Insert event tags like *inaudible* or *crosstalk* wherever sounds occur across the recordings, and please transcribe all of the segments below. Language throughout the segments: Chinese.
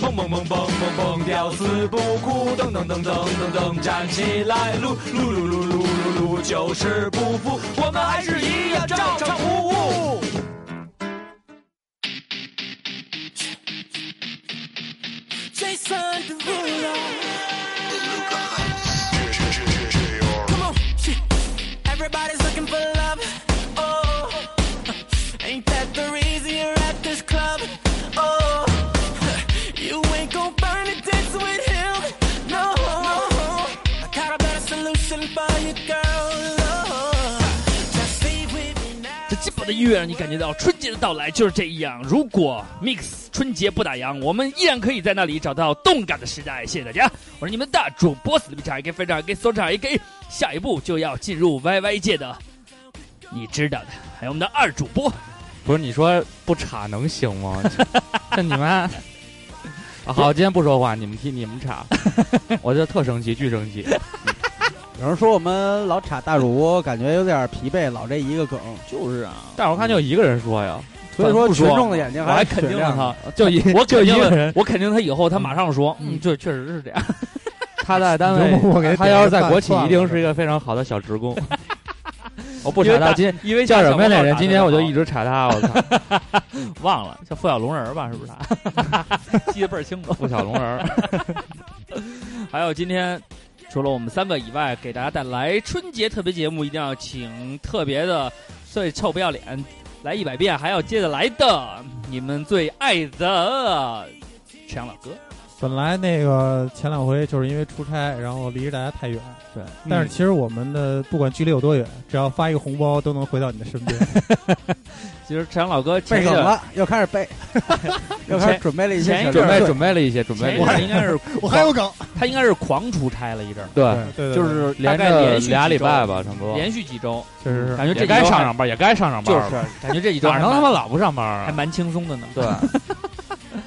蹦蹦蹦蹦蹦，吊死不哭，噔噔噔噔噔噔，站起来，撸撸撸撸撸撸撸，就是不服，我们还是一样照常服务。 Jason Derulo. Derulo. Come on, shit. everybody's looking for love. Oh, ain't that the reason you're at this club? Oh, *laughs* you ain't gon' burn a dance with him. No, I got a better solution for you, girl. Oh, just leave with me now. 这基本的音乐让你感觉到春节的到来就是这样。如果 Mix 春节不打烊，我们依然可以在那里找到动感的时代。谢谢大家，我是你们的大主播死皮长 AK 非常 AK 搜长 AK，下一步就要进入 YY 界的，你知道的，还有我们的二主播，不是你说不查能行吗？那你们、啊好，今天不说话，你们替你们查，我就特生气，巨生气。有人说我们老插大主播，感觉有点疲惫，老这一个梗，就是啊，但是我看就一个人说呀，所以说不群说众的眼睛我还是肯定雪亮的。他，就一我就肯一定个人，我肯定他以后他马上说，嗯，这确实是这样。他在单你说我位，给他要是点在个国企一饭算定了是一个非常好的小职工。我不因查为他，大今天因为叫大什小么猫来着？打今得天我就好一直查他，我操，忘了叫付小龙人儿吧，是不 *laughs* 是他？记得倍儿清楚。付小龙人儿，还有今天除了我们三个以外，给大家带来春节特别节目，一定要请特别的最臭不要脸来一百遍，还要接着来的你们最爱的陈阳老哥。本来那个前两回就是因为出差，然后离着大家太远。对，但是其实我们的不管距离有多远，只要发一个红包都能回到你的身边。其实陈阳老哥前背一梗阵了，又开始背，又开始准备了一些前小准段备子准备了一些，准备前了一阵一些应该是我还有梗，他应该是狂出差了一阵儿，对， *laughs* 对对，就是大连概着连续俩几礼周拜，吧，差不多。连续几周，确实是。感觉这也几周该上还上班，也该上上班就了，是感觉这几周哪还能他蛮 *laughs* 妈老不上班还啊？蛮轻松的呢。对，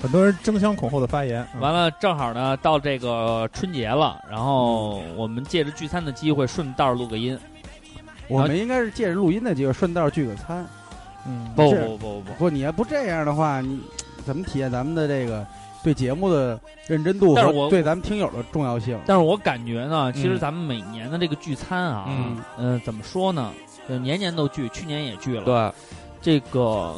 很多人争相恐后的发言。*laughs* 嗯完了，正好呢，到这个春节了，然后我们借着聚餐的机会，顺道录个音。我们应该是借着录音的机会顺道聚个餐。嗯，不是不不不不，不，你要不这样的话，你怎么体现咱们的这个对节目的认真度但是我和对咱们听友的重要性？但是我感觉呢，其实嗯咱们每年的这个聚餐啊，嗯呃怎么说呢，就年年都聚，去年也聚了。对，这个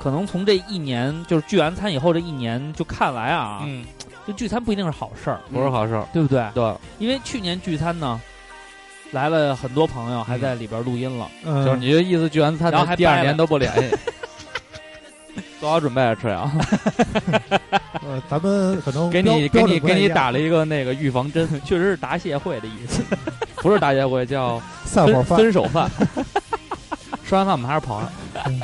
可能从这一年，就是聚完餐以后这一年，就看来啊，嗯，这聚餐不一定是好事儿，不是好事儿。对不对？对，因为去年聚餐呢，来了很多朋友，嗯还在里边录音了。就是嗯，你这意思，聚完餐然后还第二掰了年都不联 *laughs* 系，做好准备啊，赤阳，呃咱们可能给标你给标准你不太给你一样打了一个那个预防针，确实是答谢会的意思，不是大家会叫散伙分饭，分手 *laughs* 饭。吃完饭我们还是朋友，嗯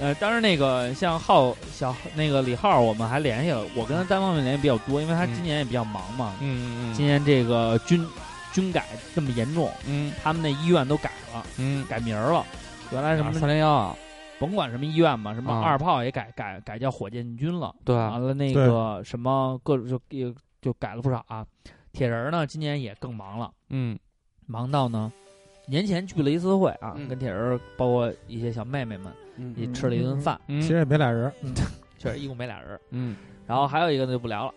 呃，当然那个像浩小那个李浩，我们还联系了，我跟他单方面联系比较多，因为他今年也比较忙嘛， *laughs* 嗯今年这个军军改这么严重，嗯他们那医院都改了，嗯改名儿了。原来什嗯，么三零幺啊，甭管什么医院吧，什么啊二炮也改、改改叫火箭军了，对啊完了那个什么各种就也就改了不少啊。铁人儿呢，今年也更忙了，嗯忙到呢，年前聚了一次会啊，嗯跟铁人儿包括一些小妹妹们嗯也吃了一顿饭，嗯，其实也没俩人。确实一共没俩人儿。 *laughs* 嗯，然后还有一个呢就不聊了。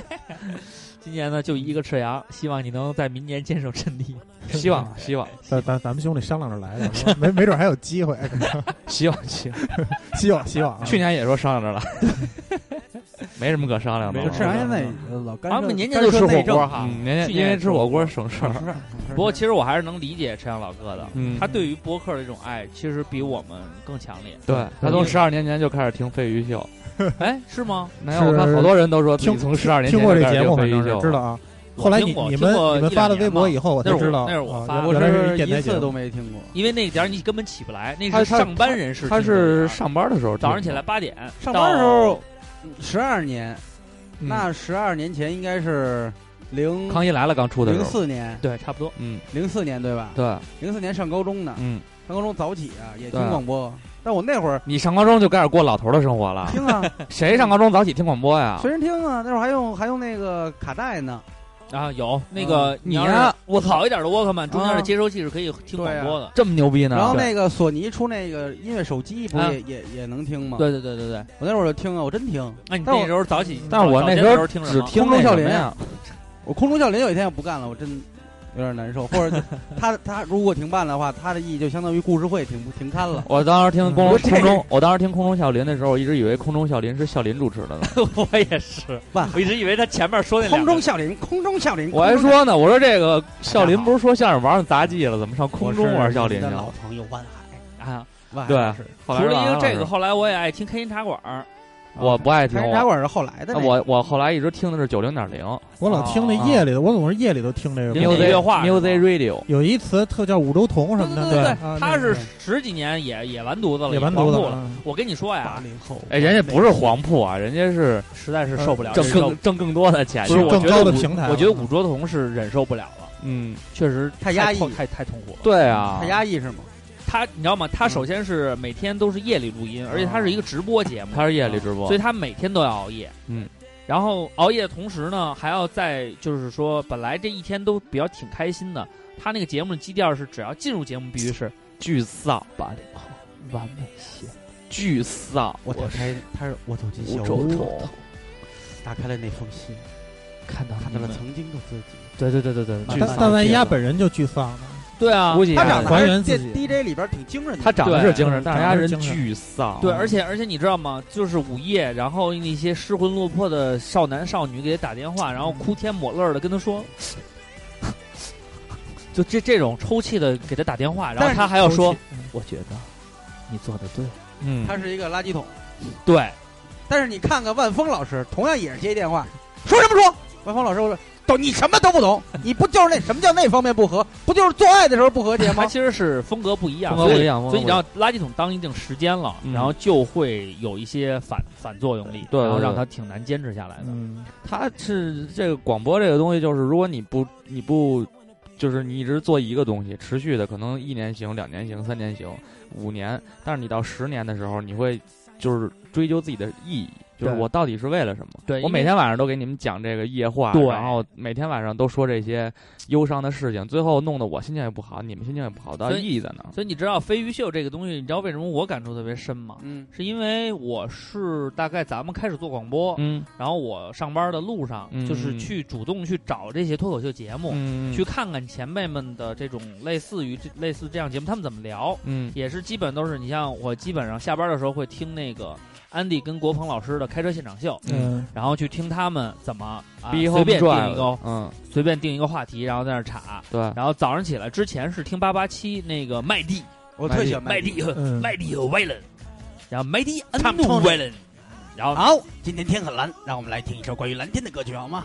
*laughs* 今年呢就一个赤羊，希望你能在明年坚守阵地。希望希望咱咱咱们兄弟商量着来的，说没没准还有机会。可能希望希望，希望希望啊，去年也说商量着了， *laughs* 没什么可商量的就了。吃完现在老干涉，啊他们年年干就涉吃火内政锅哈，嗯，人家去因年为也吃火锅省事儿，不过其实我还是能理解陈阳老哥的，嗯他对于播客的这种爱，其实比我们更强 *laughs* 烈。对他从十二年前就开始听费玉秀，哎，是吗？没有，我看好多人都说自己听从十二年前 *laughs* 听过就这开始节听目，反飞正鱼秀是知道啊。我后来听你过你听们过你们一发两的年微博吧以后，我那才是我知道，那是我啊发的原我来是是一电台一节次都目。没听过。因为那点儿你根本起不来，那他是他上班人士。啊他是啊上班的时候听的，早上起来八点，上班的时候，十二年，嗯那十二年前应该是零康一来了刚出的时零候，四年，对，差不多。嗯，零四年对吧？对，零四年上高中呢，嗯，上高中早起啊，也听对广播。但我那会儿你上高中就开始过老头的生活 *laughs* 了，听啊，谁上高中早起听广播呀？随身听啊，那会儿还用还用那个卡带呢，啊，有那个你要是呀，我操，好一点的沃克曼中间啊的接收器是可以听对广啊播的。这么牛逼呢？然后对那个索尼出那个音乐手机，不啊也也也能听吗？对对对对对，我那会儿就听啊，我真听。那你但那我时候早起，但是我早那早间时的候时候听什只么？听空中那少什么林啊呀，我空中教林有一天要不干了，我真有点难受。或 *laughs* 者他他如果停办的话，他的意义就相当于故事会停停刊 *laughs* 了。我当时听空嗯我中这空中，我当时听空中笑林的时候，我一直以为空中笑林是笑林主持的 *laughs* 呢。 *laughs* 我也是，哇我一直以为他前面说那两空个中笑林，空中笑林，我还说呢，我说这个笑林不是说相声玩上杂技了，怎么上空中玩笑林去的老了？朋友万海。啊，万海对，后来除了让因为王老这师个，后来我也爱听开心茶馆儿，我不爱听开。茶我啊馆是后来的那个，我我后来一直听的是九零点零我老听那夜里头，我总是夜里头听这个因为歌。 music 乐话是吧 music radio，有一词特叫五洲同什么的，对啊他那个是十几年也也完犊子了，也完黄犊子铺了了。啊。我跟你说八呀，零后。哎，人家不是黄铺啊，人家是实在是受不了这挣个，更挣更多的钱不去是了，更我觉得高的五平台了我觉得五卓同是忍受不了了，嗯，确实太压抑痛嗯太太痛苦了。对啊太，压抑是吗？他你知道吗？嗯他首先是每天都是夜里录音，而且他是一个直播节目，哦他是夜里直播所以，他每天都要熬夜。嗯，然后熬夜的同时呢，还要在就是说，本来这一天都比较挺开心的，他那个节目的基调是，只要进入节目必须是 *laughs* 巨丧吧，完美写。巨丧，我打开，他是我走进五小洲屋，同打开了那封信，看到看到了曾经的自己。对对对对对，但但万一丫本人就巨丧呢？对啊，估计他长得还还是啊原自这己 DJ 里边挺精神的，他长得对是精神，但是人长家得是人精巨丧，对，而且而且你知道吗？就是午夜，然后那些失魂落魄的少男少女给他打电话，然后哭天抹泪儿的跟他说， *laughs* 就这这种抽泣的给他打电话，然但后是他还要说抽泣，我觉得你做的对，嗯，他是一个垃圾桶。对，但是你看看万峰老师，同样也是接电话，说什么说？万峰老师我说懂，你什么都不 *laughs* 懂，你不就是那什么叫那方面不合？不就是做爱的时候不和谐他吗？其实是风格不一样，风格不一样所以所以风格不一样你知道垃圾桶当一定时间了，嗯然后就会有一些反反作用力，对对然后对让他挺难坚持下来的。嗯，他是这个广播这个东西，就是如果你不你不就是你一直做一个东西，持续的可能一年行、两年行、三年行、五年，但是你到十年的时候，你会就是追究自己的意义，就是对我到底是为了什么？对我因为每天晚上都给你们讲这个夜话，对然后每天晚上都说这些忧伤的事情，最后弄得我心情也不好，你们心情也不好，到所底以意义在哪？所以你知道飞鱼秀这个东西，你知道为什么我感触特别深吗？ *laughs* 嗯，是因为我是大概咱们开始做广播，嗯然后我上班的路上，嗯就是去主动去找这些脱口秀节目，嗯，去看看前辈们的这种类似于这类似这样节目，他们怎么聊，嗯也是基本都是你像我基本上下班的时候会听那个安迪跟国鹏老师的开车现场秀，嗯，然后去听他们怎么啊逼随便定一个嗯，随便定一个话题，然后在那儿查。对，然后早上起来之前是听八八七那个麦蒂，我特喜欢麦蒂。蒂和嗯麦蒂和 w a l e n 然后麦蒂 and Tom Tony w a l e n 然后好，今天天很蓝，让我们来听一首关于蓝天的歌曲好吗？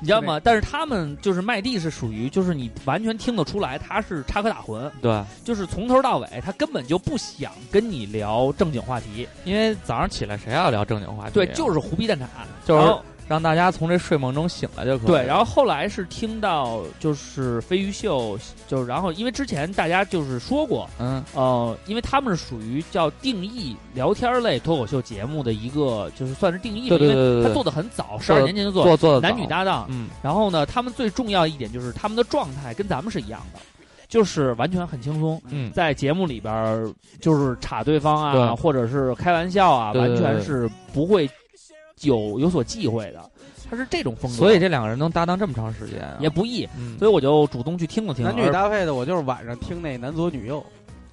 你知道吗？但是他们就是麦蒂是属于，就是你完全听得出来他是插科打诨，对，就是从头到尾他根本就不想跟你聊正经话题，因为早上起来谁要聊正经话题啊？对，就是胡逼蛋挞，就是然后让大家从这睡梦中醒来就可以。对，然后后后来是听到就是飞鱼秀，就然后因为之前大家就是说过，嗯呃，因为他们是属于叫定义聊天类脱口秀节目的一个，就是算是定义吧，对对因对对为对他做的很早，十二年前就做做做得男女早，搭档，嗯然后呢，他们最重要一点就是他们的状态跟咱们是一样的，就是完全很轻松，嗯，在节目里边儿就是插对方啊，对或者是开玩笑啊，对对对完全是不会有有所忌讳的，他是这种风格，所以这两个人能搭档这么长时间啊，也不易。嗯所以我就主动去听了听，男女而搭配的，我就是晚上听那男左女右，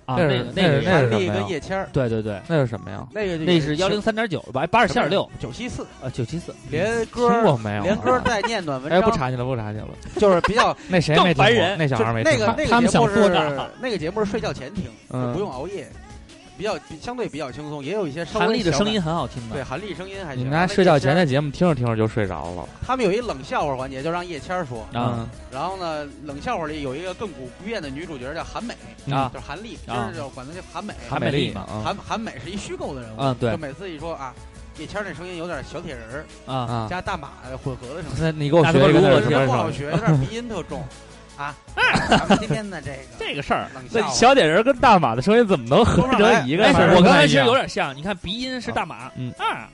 啊，那那是个个也那是那安是利什么呀跟叶谦儿，对对对，那是什么呀？那个就那是幺零三点九吧，八十七点六，九七四，呃，九七四，连听过歌没有啊？连歌带念暖文哎，章，不查去了，不查去了。就是比较那谁更没听烦过？人那小就孩是没那听个过。那他个节们目想做是的那个节目是睡觉前听，嗯就不用熬夜，比较比相对比较轻松，也有一些稍微韩丽的小声感音，很好听对的，韩丽声音还你行。们家然后那睡觉叶谦前儿的节目听着听着就睡着了嗯他们有一冷笑话环节，就让叶谦儿说。啊，然后呢，冷笑话里有一个亘古不变的女主角叫韩美啊就是韩丽，就啊是管她叫韩美。韩韩美美丽丽嘛嘛嗯韩韩美是一虚构的人物，嗯对就每次一说啊，叶谦儿那声音有点小铁人儿啊啊，啊！加大马混合的 *laughs* 声音，那你给我那学他一个妈那如果个听有点不好着。学，有点鼻音特 *laughs* 重啊。咱们今天的这个这个事儿。冷笑那话，小铁人跟大马的声音怎么能合成一个哎呀？我刚才看其实有点像，你看鼻音是大马，嗯啊，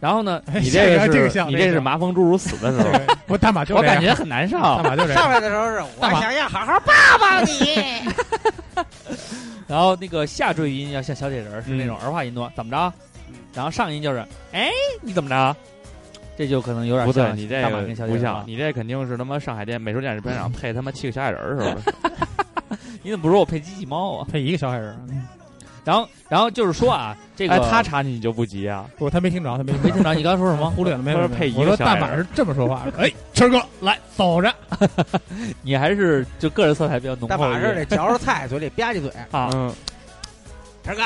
然后呢，哎你这个这个是像你这是像麻风侏儒死的时候，对我大马就我这样感觉很难大受。马就这上样，来的时候是我干嘛想要好好抱抱你，然后那个下坠音要像小铁人儿是那种嗯儿化音多，怎么着？嗯然后上音就是，哎，你怎么着？这就可能有点不对，像你这大马跟小个铁人不了像，。你这肯定是他妈上海电美术电影片场配他妈七个小矮人儿是 *laughs* 吧？你怎么不说我配机器猫啊？配一个小矮人儿，然后，然后就是说啊，这个哎，他查你你就不急啊？不，他没听着，他没没听听着，着你刚才说什 *laughs* 么？忽略了，没或有者配一个我说小矮大人马是这么说话的， *laughs* 哎，晨哥来走着，你还是就个人色彩比较浓厚大一点。马似的嚼着菜，嘴里吧唧嘴，啊嗯，晨哥，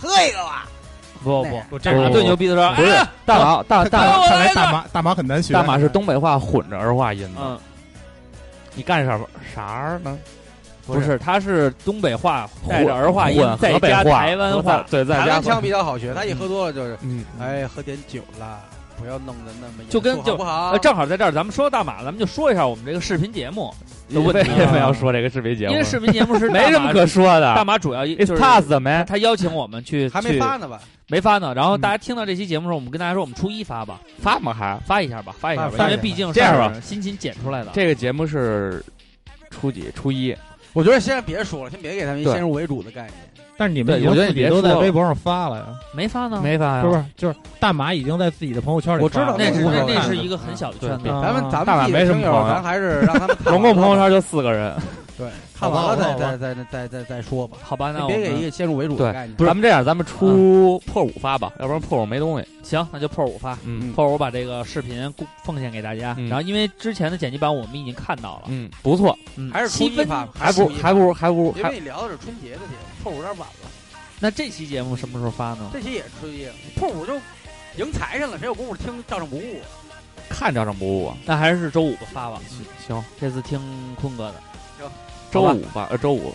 喝一个吧。不那不样，我这大马不最牛逼的时候，不是哎大马大看大我看来哎来一大个马大马很难学，大马是东北话混着儿化音的，嗯，你干啥啥儿呢？不是，他是东北话混带着儿化音，混再河北加话台湾话，对，再台加湾腔比较好学，他一喝多了就是，嗯，哎，喝点酒了，不要弄得那么严肃就跟就好不好呃，？正好在这儿，咱们说到大马，咱们就说一下我们这个视频节目，你问为题什么要说这个视频节目？因为视频节目是没什么可说大马大的哎马主要一就是，It's past 的没？他邀请我们去，还没去发呢吧？没发呢。然后大家听到这期节目的时候，我们跟大家说，我们初一发吧，发吗还？发一下吧，发一下发吧，因发一为下毕竟这样吧是辛勤剪出来的。这个节目是初几？初一。我觉得先别说了，先别给他们一对先入为主的概念。但是你们已对经我觉得你自己别都在说了微博上发了呀，没发呢，没发呀是不是？就是大马已经在自己的朋友圈里我发了，知道那是无所那谓那是一个很小的圈子对。啊咱们咱大马们自己的没什么听友，朋友咱还是让他 *laughs* 们看总共朋友完了圈就四个人，看完好了吧再好吧再再再再再再说吧。好吧，那你我别给一们个先入为主的对概念。咱们这样，咱们初破五发吧，要不然破五没东西。行，那就破五发。嗯破五把这个视频供奉献给大家，嗯然后因为之前的剪辑版我们已经看到了，嗯，不错，嗯，还是初七一分。发吧，还是不初一还不如还不如因还为你聊的是春节的节目，破五有点晚了，那这期节目什么时候发呢？这期也是春节，破五就迎财神了，谁有功夫听照上不误？啊看照常不误啊。那还是周五吧发吧，行，这次听坤哥的周好吧五发，呃，周五。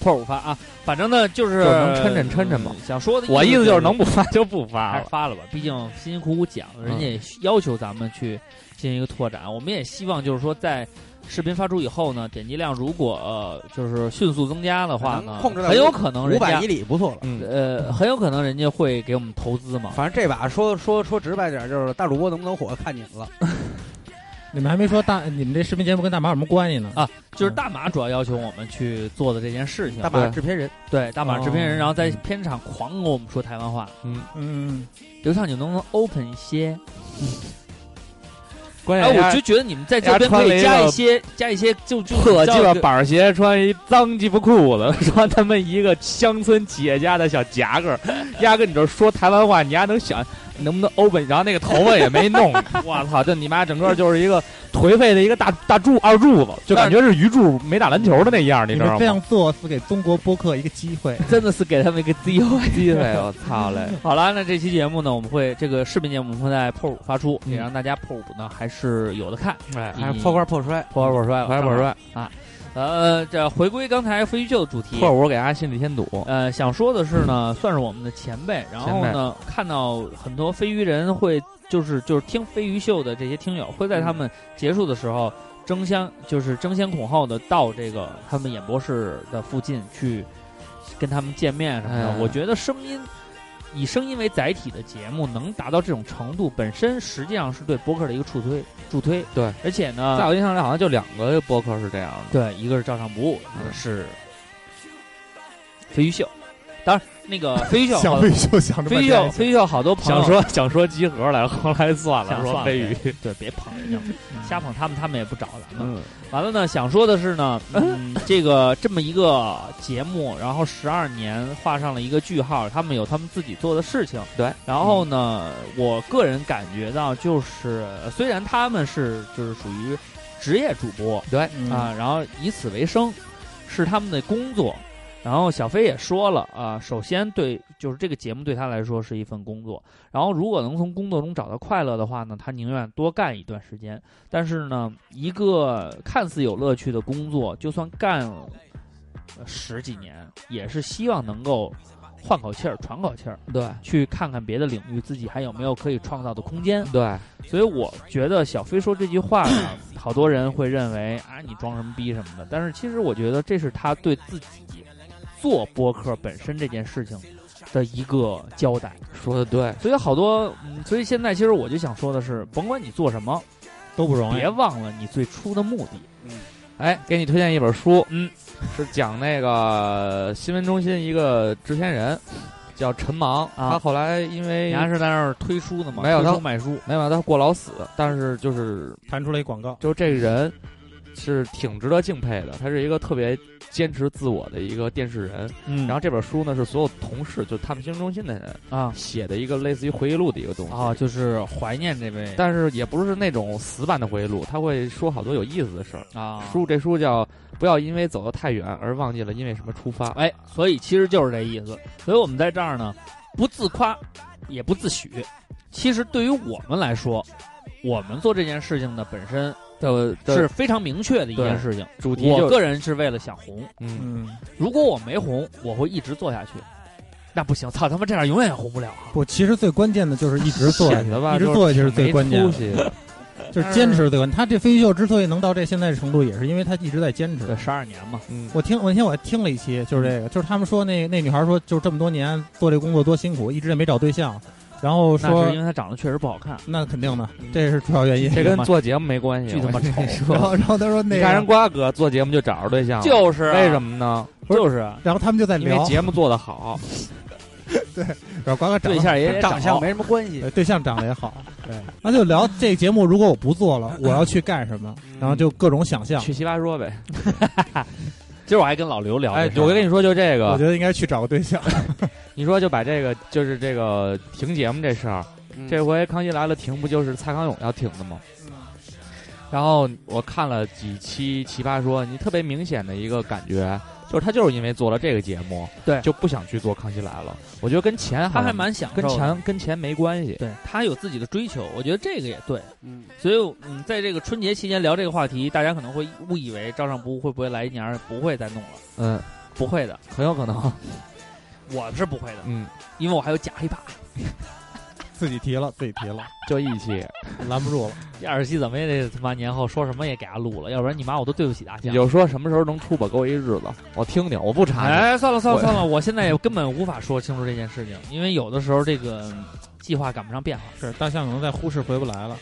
破五发啊。反正呢，就是就能抻抻抻抻吧嗯想说的，我意思就是能不发就不发还是 *laughs* 了。发了吧，毕竟辛辛苦苦讲，人家也要求咱们去进行一个拓展，我们也希望就是说在。视频发出以后呢，点击量如果呃就是迅速增加的话呢能，控制在很有可能人五家百以里不错了。嗯，呃很有可能人家会给我们投资嘛。反正这把说说说直白点，就是大主播能不能火看你们了。你们还没说大，你们这视频节目跟大马有什么关系呢？啊就是大马主要要求我们去做的这件事情，大马对制片人，对大马制片人，哦然后在片场狂跟我们说台湾话。嗯，刘畅，你能不能 open 一些？关哎，键我丫就觉得你们在这边可以加一些加一些，就就破鸡巴就板鞋，穿一脏鸡巴裤子， *laughs* 穿他们一个乡村企业家的小夹克，压跟你这说台湾话，你丫能想能不能 open？然后那个头发也没弄， *laughs* 我操，就你妈整个就是一个颓废的一个大大柱二柱子，就感觉是鱼柱没打篮球的那样，你你知道们这样吗？做是给中国播客一个机会。真的是给他们一个 *laughs* 机会。机会，我操嘞！好了，那这期节目呢，我们会这个视频节目我们会在破五发出，也让大家破五呢还是有的看，哎，嗯还是破罐破摔，破罐破摔了，我还不说，呃，这回归刚才飞鱼秀的主题，破五给俺心里添堵，呃，想说的是呢，算是我们的前辈。然后呢，看到很多飞鱼人会，就是就是听飞鱼秀的这些听友，会在他们结束的时候争相，就是争先恐后的到这个他们演播室的附近去跟他们见面什么的。哎我觉得声音以声音为载体的节目能达到这种程度，本身实际上是对播客的一个助推助推。对，而且在呢，我印象里好像就两个播客是这样的。对，一个是照常不误，一嗯个是飞鱼秀。当然，那 *laughs* 个飞鱼秀想好飞就想着飞要秀，飞秀好多朋友想说想说集合来，后来算了，想说算飞鱼，对对，别捧人家，瞎捧他们，他们也不找咱们。嗯，完了呢，想说的是呢， *laughs* 嗯，这个这么一个节目，然后十二年画上了一个句号，他们有他们自己做的事情。对，然后呢，我个人感觉到就是，虽然他们是就是属于职业主播，对嗯啊，然后以此为生，是他们的工作。然后小飞也说了啊，首先对就是这个节目对他来说是一份工作，然后如果能从工作中找到快乐的话呢，他宁愿多干一段时间。但是呢，一个看似有乐趣的工作，就算干呃十几年，也是希望能够换口气儿、喘口气儿，对去看看别的领域自己还有没有可以创造的空间。对，所以我觉得小飞说这句话呢，好多人会认为啊你装什么逼什么的，但是其实我觉得这是他对自己做播客本身这件事情的一个交代。说的对，所以好多，嗯，所以现在其实我就想说的是，甭管你做什么，都不容易别。忘了你最初的目的。哎，给你推荐一本书，嗯，是讲那个新闻中心一个制片人，叫陈芒，啊他后来因为你还是在那儿推书呢吗？哎没有推书他卖书，没有他过劳死，但是就是弹出来一广告，就这个人是挺值得敬佩的，他是一个特别坚持自我的一个电视人。嗯然后这本书呢是所有同事，就是他们新闻中心的人啊写的一个类似于回忆录的一个东西啊，就是怀念这位但是也不是那种死板的回忆录，他会说好多有意思的事儿。啊书这书叫《不要因为走得太远而忘记了因为什么出发》。哎，所以其实就是这意思。所以我们在这儿呢，不自夸，也不自诩。其实对于我们来说，我们做这件事情呢，本身的是非常明确的一件事情。主题我就个人是为了想红，嗯，嗯，如果我没红，我会一直做下去。那不行，操他妈，这样永远也红不了啊！不，其实最关键的就是一直做下显去，得吧，一直就做下去是最没关键出的，息的。就是坚持是最关键。他这飞鱼秀之所以能到这现在的程度，也是因为他一直在坚持对，。十二年嘛，嗯，我听，我那天我还听了一期，就是这个，就是他们说那那女孩说，就是这么多年做这工作多辛苦，一直也没找对象，然后那是因说为他长得确实不好看，那肯定的，这是主要原因。这跟做节目没关系，巨他妈我跟你丑啊然说后然后他说那你个看人瓜哥做节目就找着对象了，就是啊为什么呢？就是啊然后他们就在因为聊，节目做得 *laughs* 好，然后瓜哥长对得象也得长相找没什么关系。对对象长得也好，对，那就聊这节目，如果我不做了，我要去干什么？然后就各种想象。去奇葩说 *laughs* 呗。今儿我还跟老刘聊哎这，事儿，我跟你说，就这我个觉，得应该去找个对象，你说就把这个，就是这个停节目这事儿，嗯这回《康熙来了》停不就是蔡康永要停的吗？然后我看了几期《奇葩说》，你特别明显的一个感觉就是他就是因为做了这个节目，对就不想去做《康熙来了》。我觉得跟钱好他像还蛮享受跟的钱跟钱没关系。对他有自己的追求，我觉得这个也对。嗯，所以，嗯，在这个春节期间聊这个话题，大家可能会误以为照尚不误会不会来一年儿不会再弄了，嗯，不会的，很有可能。我是不会的，嗯，因为我还有假黑怕。自己提了，自己提了，就一期，拦不住了。第二期怎么也得他妈年后说什么也给他录了，要不然你妈我都对不起大你家。就说什么时候能出吧，给我一日子，我听听，我不查你。哎，算了算了我算了，我现在也根本无法说清楚这件事情，因为有的时候这个嗯计划赶不上变化。是大象可能在忽视回不来了，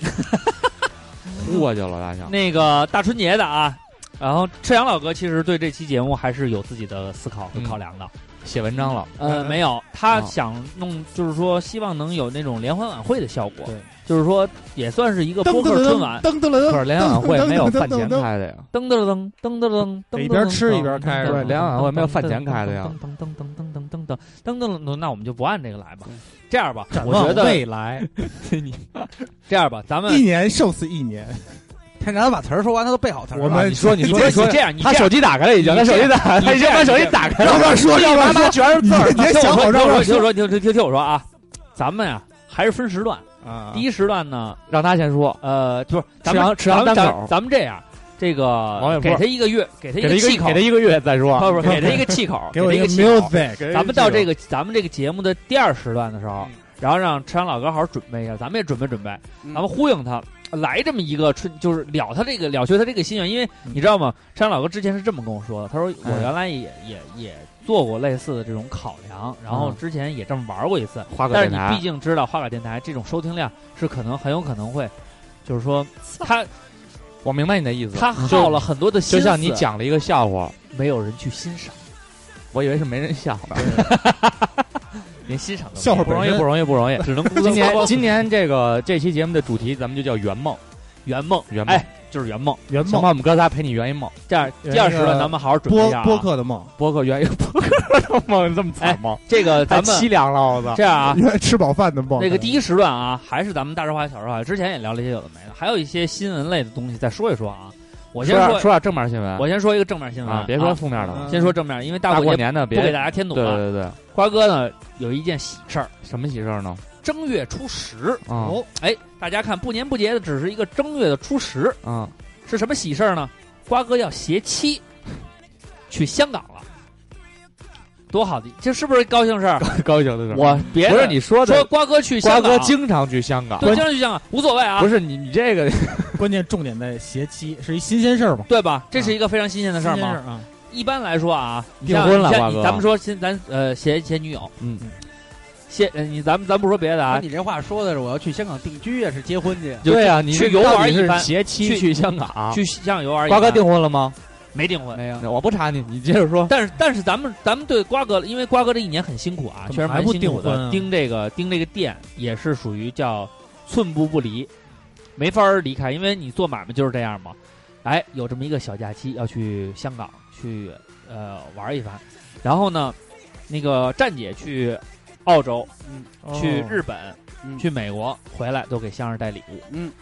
呼过去了，大象。啊那个大春节的啊，然后赤阳老哥其实对这期节目还是有自己的思考和考量的。写文章了，嗯呃，没有，他啊想弄，就是说希望能有那种联欢晚会的效果对，就是说也算是一个播客春晚，噔噔噔可是联欢晚会没有饭前开的呀。噔噔噔噔噔噔噔，得一边吃一边开是吧联欢晚会没有饭前开的呀噔噔噔噔噔噔噔噔噔噔，那我们就不按这个来吧。这样吧，展我望觉得未来，这样吧，咱一们年瘦死一年。看咱把词儿说完，他都背好词儿了。我们说你你这样，你这样，机打开了，已经他手机打开，他已经把手机打开让他说，让他说，全是字儿你啊别想好听让我他说，听我说说，听听听听我说啊，咱们呀还是分时段，啊第。一时段呢，让他先说，呃，就是咱吃们羊吃羊咱们单咱口们咱们这样，这王个小波给他一个月，给他给他一气个口给他，一个月再说。不不，给他一个气口，给我他一个个气口。 music，咱们到这个咱们这个节目的第二时段的时候哎嗯，然后让陈阳老哥好好准备一下，咱们也准备准备，嗯咱们呼应他来这么一个春，就是了他这个了却他这个心愿，因为你知道吗？陈阳老哥之前是这么跟我说的，他说我嗯原来也也也做过类似的这种考量，然后嗯之前也这么玩过一次，花但是你毕竟知道花卡电台这种收听量是可能很有可能会，就是说他我明白你的意思。他耗了很多的心就思，像你，讲了一个笑话，没有人去欣赏，我以为是没人笑呢，连欣赏都没有笑话不容 *laughs* 易，不容易，不容易。只能孤今灯年光今年这个这期节目的主题，咱们就叫圆梦，圆梦，圆梦哎，就是圆梦。圆行梦吧，我们哥仨陪你圆一梦，这样圆第二一十个轮咱们好好准备播一下、啊、播客的梦，播客圆一个播 *laughs* 客的梦这么惨吗？这个咱太凄们凉了，哎我操！这样啊，吃饱饭的梦。那个第一时段啊，还是咱们大实话小实话，之前也聊了一些有的没的，还有一些新闻类的东西再说一说啊。我先说点说，说点正面新闻，我先说一个正面新闻啊，别说负面的了。嗯先说正面，因为大大啊过过节年的，不别给大家添堵对了。对对，瓜哥呢有一件喜事儿，什么喜事儿呢？正月初十，啊哦，哎，大家看不年不节的只是一个正月的初十，啊，是什么喜事儿呢？瓜哥要携妻去香港了，多好的，这是不是高兴事儿？啊 *laughs* 高兴的事儿。我别的不是你说说的，瓜哥去瓜香港，哥经常去香港，对，经常去香港无所谓啊，不是你你这个关键重点在携妻，是一新鲜事儿嘛？对吧？这是一个非常新鲜的事儿新鲜吗？啊，一般来说啊，你订像婚了你像瓜你哥咱们说先咱呃前前女友，嗯，先呃你咱们咱不说别的啊你，这话说的是我要去香港定居啊，是结婚去啊？对啊你去是游玩到底一番是携妻去去香港，去酱油而已。瓜哥订婚了吗？没订婚？没有，我不查你，你接着说。但是但是咱们咱们对瓜哥，因为瓜哥这一年很辛苦啊，怎么确实蛮还不辛苦订婚的。啊盯这个盯这个店也是属于叫寸步不离，没法儿离开，因为你做买卖就是这样嘛。哎，有这么一个小假期要去香港去呃玩一番，然后呢，那个站姐去澳洲，嗯哦去日本、嗯去美国回来都给香儿带礼物。嗯，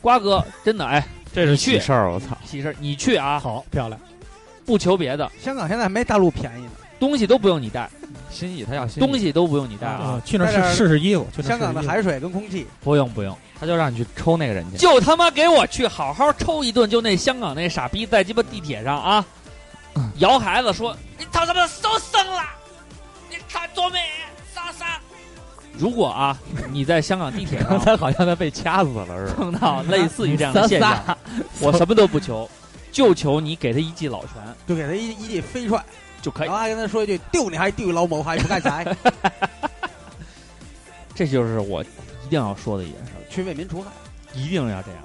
瓜哥真的哎，这是去喜事儿，我操！其实你去啊，好漂亮，不求别的，香港现在还没大陆便宜呢。东西都不用你带，心意，他叫心意东，西都不用你带啊，啊！去那在这儿儿试试试衣服，去那儿香港的试试衣服海水跟空气，不用不用。他就让你去抽那个人去。就他妈给我去好好抽一顿！就那香港那傻逼在鸡巴地铁上啊，摇孩子说：“你操他妈收声了，你看多美，莎莎。”如果 *laughs* 啊，你在香港地铁 *laughs* 上才好像他被掐死了似的。碰到类似于这样的现象，我什么都不求，就求你给他一记老拳就给他一一记飞踹，就可以然。后还跟他说一句：“丢你还丢老母，还不干啥？ *laughs* 这就是我一定要说的一件事儿，去为民除害。一定要这样。”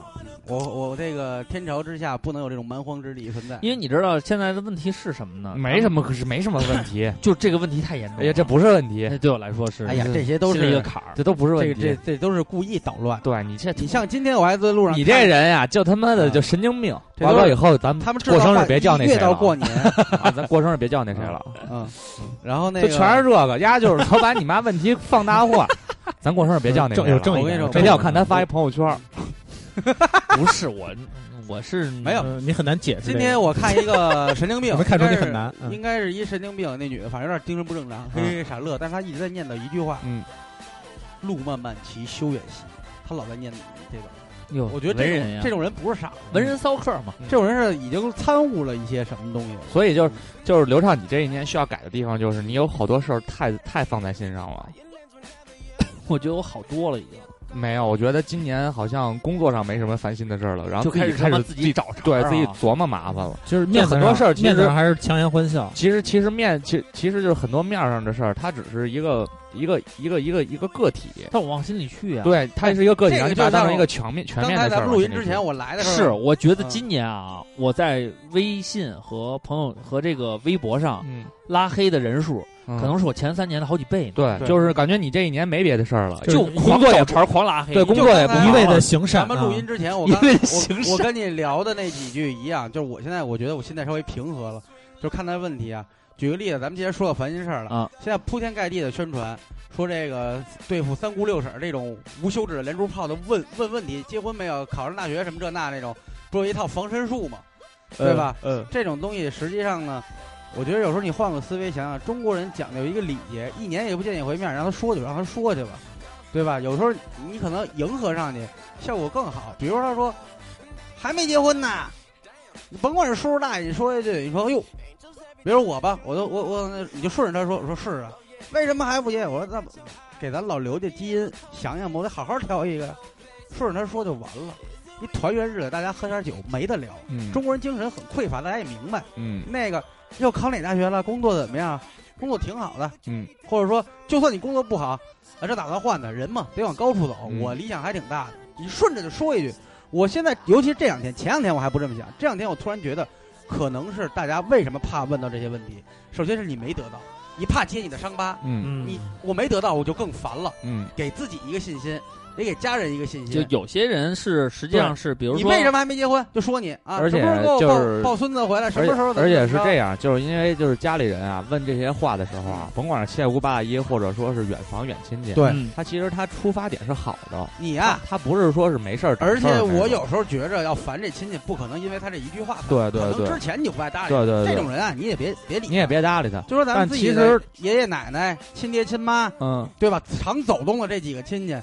我我这个天朝之下不能有这种蛮荒之地存在。因为你知道现在的问题是什么呢？ *laughs* 没什么，可是没什么问 *laughs* 题。就这个问题太严重了。哎呀，这不是问题，这对我来说是哎呀，这些都心里一个是坎儿。这都不是这问个这 *laughs* 题。这都是故意捣乱。对你这你像今天我还在路上看，你这人呀，就他嗯妈的啊就神经病。这瓜都是哥以后咱们他们知道过生大日别叫那越谁到了， *laughs* 过年，啊，咱过生日别叫那谁了，嗯，然后那就个全是这个。丫就是老把你妈问题放大 *laughs* 化。咱过生日别叫那谁正有了。正义我跟你说那天我看他发一朋友圈，不是我，我是没有呃你很难解释这今个。天我看一个神经病，我没看出应你该是很难，嗯应该是一神经病，那女的反正有点精神不正常，嘿嘿傻乐，但是她一直在念叨一句话，嗯，路漫漫其修远兮，她老在念这个，哟，我觉得文这人呀种这种人不是傻子，嗯文人骚客嘛，这种人是已经参悟了一些什么东西了，所以就是就是刘畅，你这一年需要改的地方就是你有好多事儿太太放在心上了。我觉得我好多了，已经没有，我觉得今年好像工作上没什么烦心的事儿了，然后就自己开始他开妈始自己找茬对儿啊自己琢磨麻烦了。就是面子这很多上事儿其实面子上还是强颜欢笑，其实其实面其其实就是很多面儿上的事儿，它只是一个一个一个一个一个个体，但我往心里去啊。对，它是一个个体，这然个后你就把它当让成我一个全面全刚面才的事咱儿们往录心里去。音之前，我来的时是，候，我觉得今年啊，我在微信和朋友和这个微博上嗯，拉黑的人数，嗯可能是我前三年的好几倍呢。对，就是感觉你这一年没别的事儿了，就是狂找茬儿，狂拉黑。对工作也不就刚才一忙味的了行善咱啊。们录音之前，我因刚 *laughs* 为形我我跟你聊的那几句一样，就是我现在我觉得我现在稍微平和了，就是看待问题啊。举个例子，咱们既然说到烦心事儿了，啊现在铺天盖地的宣传，说这个对付三姑六婶儿这种无休止的连珠炮的问问问题，结婚没有，考上大学什么这那那种，不是一套防身术嘛，对吧？嗯，这种东西实际上呢，我觉得有时候你换个思维想想，中国人讲究一个礼节，一年也不见你回面，让他说就让他说去吧，对吧？有时候你可能迎合上去，效果更好。比如说他说还没结婚呢，你甭管是叔叔大爷，你说一句，你说哎呦，比如我吧，我都我我你就顺着他说，我说是啊，为什么还不结？我说那不给咱老刘家基因想想吧，我得好好挑一个，顺着他说就完了。一团圆日子，大家喝点酒没得聊。嗯中国人精神很匮乏，大家也明白。嗯那个又考哪大学了？工作怎么样？工作挺好的，嗯，或者说，就算你工作不好，啊，这打算换的人嘛，得往高处走。嗯我理想还挺大的，你顺着就说一句。我现在，尤其是这两天，前两天我还不这么想，这两天我突然觉得，可能是大家为什么怕问到这些问题？首先是你没得到，你怕揭你的伤疤，嗯嗯，你我没得到我就更烦了。嗯，给自己一个信心，也给家人一个信就心。有些人是实际上是，比如你说为什么还没结婚？就说你啊，而且什么时候给我就是抱抱孙子回来？什而且么时候？而且是这样，就是因为就是家里人啊问这些话的时候啊，甭管是七大姑八大姨，或者说是远房远亲戚，对嗯他其实他出发点是好的，你他呀、他不是说是没事儿找事儿而那种，且我有时候觉着要烦这亲戚，不可能因为他这一句话烦，啊对对可对能之前你就不爱搭理对他。对这对种，人啊，你也别别理，你也，别搭理他，就说咱们但自己其的实爷爷奶奶、亲爹亲妈，嗯。对吧？常走动的这几个亲戚，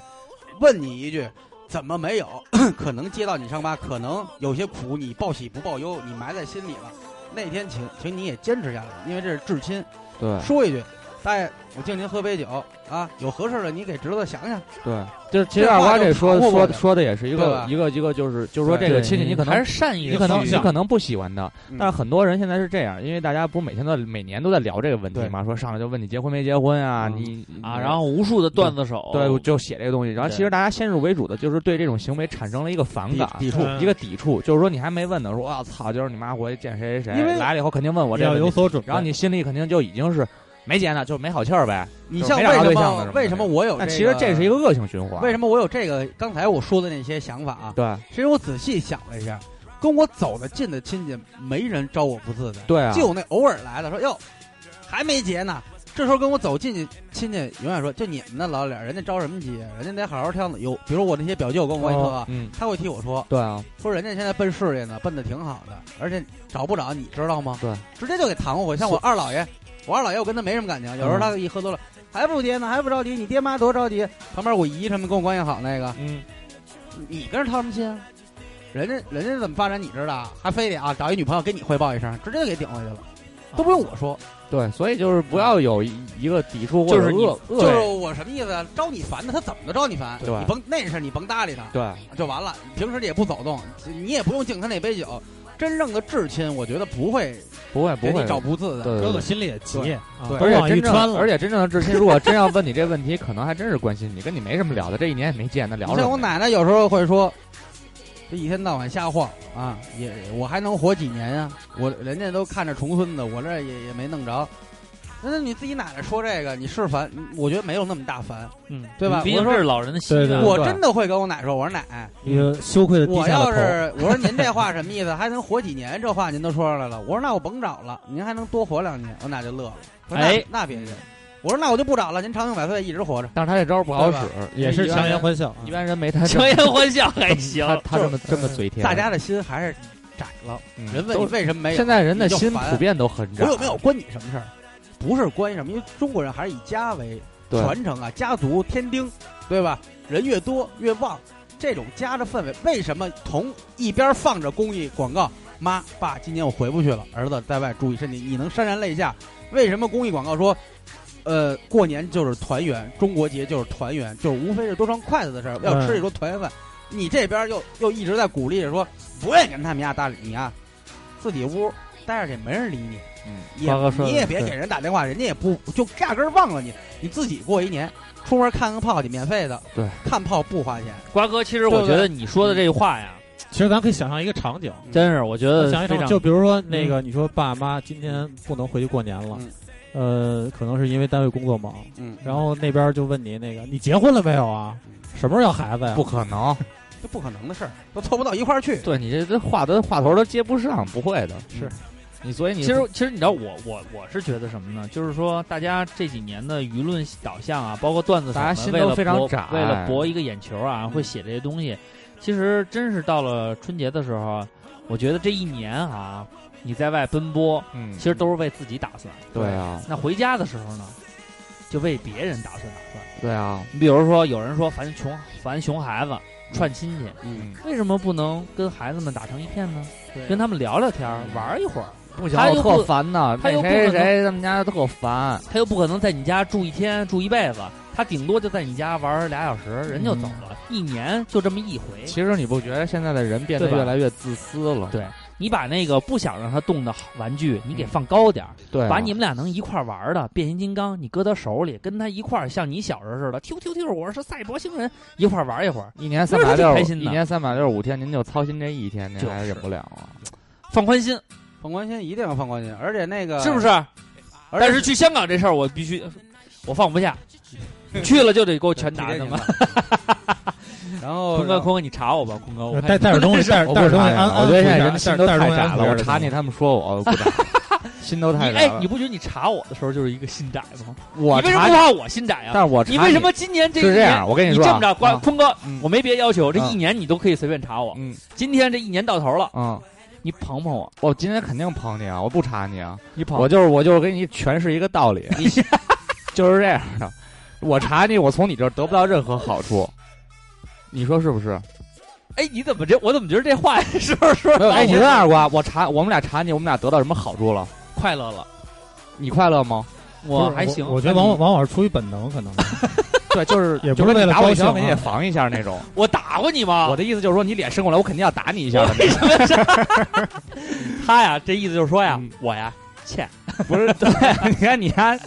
问你一句。怎么没有？ *clears throat* 可能接到你伤疤，可能有些苦你报喜不报忧，你埋在心里了。那天请请你也坚持下来，因为这是至亲。对，说一句，大爷，我敬您喝杯酒啊，有合适的你给侄子想想。对，就是其实这二话瓜就这说含糊过说去说的也是一对个吧一个一个，就是就是说对这个亲戚你你可还能是善意的啊你可能去你可能不喜欢的，嗯但是很多人现在是这样，因为大家不是每天都在每年都在聊这个问题对嘛，说上来就问你结婚没结婚啊，嗯你啊，然后无数的段子手，对我就写这个东西，然后其实大家先入为主的就是对这种行为产生了一个反感。抵触一个抵触，就是说你还没问呢，说我操，就是你妈回去见谁谁因谁，为来了以后肯定问我这要个问有题，所准备。然后你心里肯定就已经是没结呢，就没好气儿呗。你就是像没为找着对什象的什么么为的什么我有、那其实这是一个个恶性循环。为什么我有这个刚才我说的那些想法啊？对其实我仔细想了一下，跟我走得近的亲戚没人招我不自在，对啊，就有那偶尔来的说哟，还没结呢。这时候跟我走近去亲戚永远说，就你们那老脸，人家着什么急？啊人家得好好挑呢。有，比如我那些表舅跟我关系特好，嗯，他会替我说，对啊，说人家现在奔事业呢，奔的挺好的，而且找不着你知道吗？对，直接就给搪过去。像我二姥爷，我二姥爷我跟他没什么感情，嗯有时候他一喝多了、还不结呢，还不着急，你爹妈多着急。旁边我姨他们跟我关系好那个，嗯，你跟着操什么心啊？人家人家怎么发展你知道啊，还非得啊找一女朋友跟你汇报一声，直接就给顶回去了，啊都不用我说。对，所以就是不要有一一个抵触或就者是你恶就恶是意我什么意思啊？招你烦的，他怎么都招你烦，对你甭那事儿你甭搭理他。对，就完了。平时也不走动，你也不用敬他那杯酒。真正的至亲，我觉得不会不会不给会你，找不自在。对哥对哥对。心里也急，对啊对都而且往一真穿正，了。而且真正的至亲，如果真要问你这问题，可能还真是关心你，跟你没什么聊的。这一年也没见，那聊你什像我么呀？奶奶有时候会说，这一天到晚瞎晃啊，也我还能活几年啊？我人家都看着重孙子，我这也也没弄着。那你自己奶奶说这个，你是烦？我觉得没有那么大烦，嗯，对吧？毕竟我这说是老人的习啊对对惯，我真的会跟我奶说，我说奶，一个羞愧的低我下要了是我说您这话什么意思？还能活几年？这话您都说出来了。我说那我甭找了，您还能多活两年，我奶就乐了。我说那哎那别介。我说那我就不找了，您长命百岁，一直活着。但是他这招不好使对，头，也是一般强颜人，欢笑啊。一般人没他这 *laughs* 强颜欢笑还行他，他这么就是这么嘴甜，大家的心还是窄了。嗯人问都你为什么没有？现在人的你就心烦普遍都很窄，我有没有关你什么事儿？不是关系什么，因为中国人还是以家为对传承啊，家族天丁，对吧？人越多越旺，这种家的氛围，为什么同一边放着公益广告，妈爸今年我回不去了，儿子在外注意身体，你能潸然泪下？为什么公益广告说，呃，过年就是团圆，中国节就是团圆，就是无非是多双筷子的事儿，要吃一桌团圆饭。你这边又又一直在鼓励着说，不愿意跟他们家搭理你啊，自己屋待着去没人理你，啊嗯也瓜哥说的你也别对给人打电话，人家也不就压根儿忘了你，你自己过一年，出门看个炮去，免费的，对，看炮不花钱，瓜哥，其实我觉得你说的这话呀，其实咱可以想象一个场景，真是我觉我得想一非想，常就比如说那个，你说爸妈今天不能回去过年了，呃，可能是因为单位工作忙，嗯，然后那边就问你那个，你结婚了没有啊？什么时候要孩子呀？不可能， *laughs* 这不可能的事儿，都凑不到一块儿去。对你这这话都话头都接不上，不会的，是你所以你其实，其实你知道我我我是觉得什么呢？就是说，大家这几年的舆论导向啊，包括段子手大家们心为都了非常博窄为了博一个眼球啊，会写这些东西。其实真是到了春节的时候，啊我觉得这一年啊，你在外奔波，嗯，其实都是为自己打算。对啊，那回家的时候呢，就为别人打算打算。对啊，你比如说，有人说烦穷烦熊孩子串亲戚，嗯，为什么不能跟孩子们打成一片呢？对跟他们聊聊天儿，玩一会儿。不行，他我又特不烦呐，他那又不谁可能谁他们家特烦，他又不可能在你家住一天、住一辈子，他顶多就在你家玩俩小时，人就走了。一年就这么一回，其实你不觉得现在的人变得对吧越来越自私了？对你把那个不想让他动的好玩具，你给嗯放高点儿，对啊，把你们俩能一块儿玩的变形金刚，你搁他手里，跟他一块儿像你小时候似的，啾啾啾，我是赛博星人，一块儿玩一会儿，一年三那百他挺六，开心的一年三百六十五天，您就操心这一天，您就还是忍不了啊？放宽心，放宽心一定要放宽心，而且那个是不是？？呃而但是去香港这事儿，我必须，我放不下，去了就得给我全拿 *laughs* 打他妈。然后坤 *laughs* 哥，坤哥，你查我吧，坤哥，呃我看带带点东西，带我带不点东西查你安了，安我觉得抚一现下在人心带都带太点东西窄安了，抚我一下查你，他们说我，我不 *laughs* 查，心都太你窄哎，了你。不觉得你查我的时候就是一个心窄吗？我你为什么查不，怕我心窄啊？但是我查你为什么今年这一是年这样？我跟你说这啊，么着，瓜啊坤哥嗯，我没别的要求，这嗯一年你都可以随便查我。嗯今天这一年到头了，嗯，你捧捧我，我今天肯定捧你啊，我不查你啊。你捧我就是我就是给你诠释一个道理，就是这样的。我查你，我从你这儿得不到任何好处，你说是不是？哎，你怎么这？我怎么觉得这话是不是说没有，到哎，你我问二瓜，我查我们俩查你，我们俩得到什么好处了？快乐了？你快乐吗？我不是还行，我觉得往往往往是出于本能，可能对，就是也不是就是为你了打我高一兴拳，我肯定啊得防一下那种。我打过你吗？啊我的意思就是说，你脸伸过来，我肯定要打你一下的那种。他呀，这意思就是说呀嗯，我呀欠，不是，对，你看你看，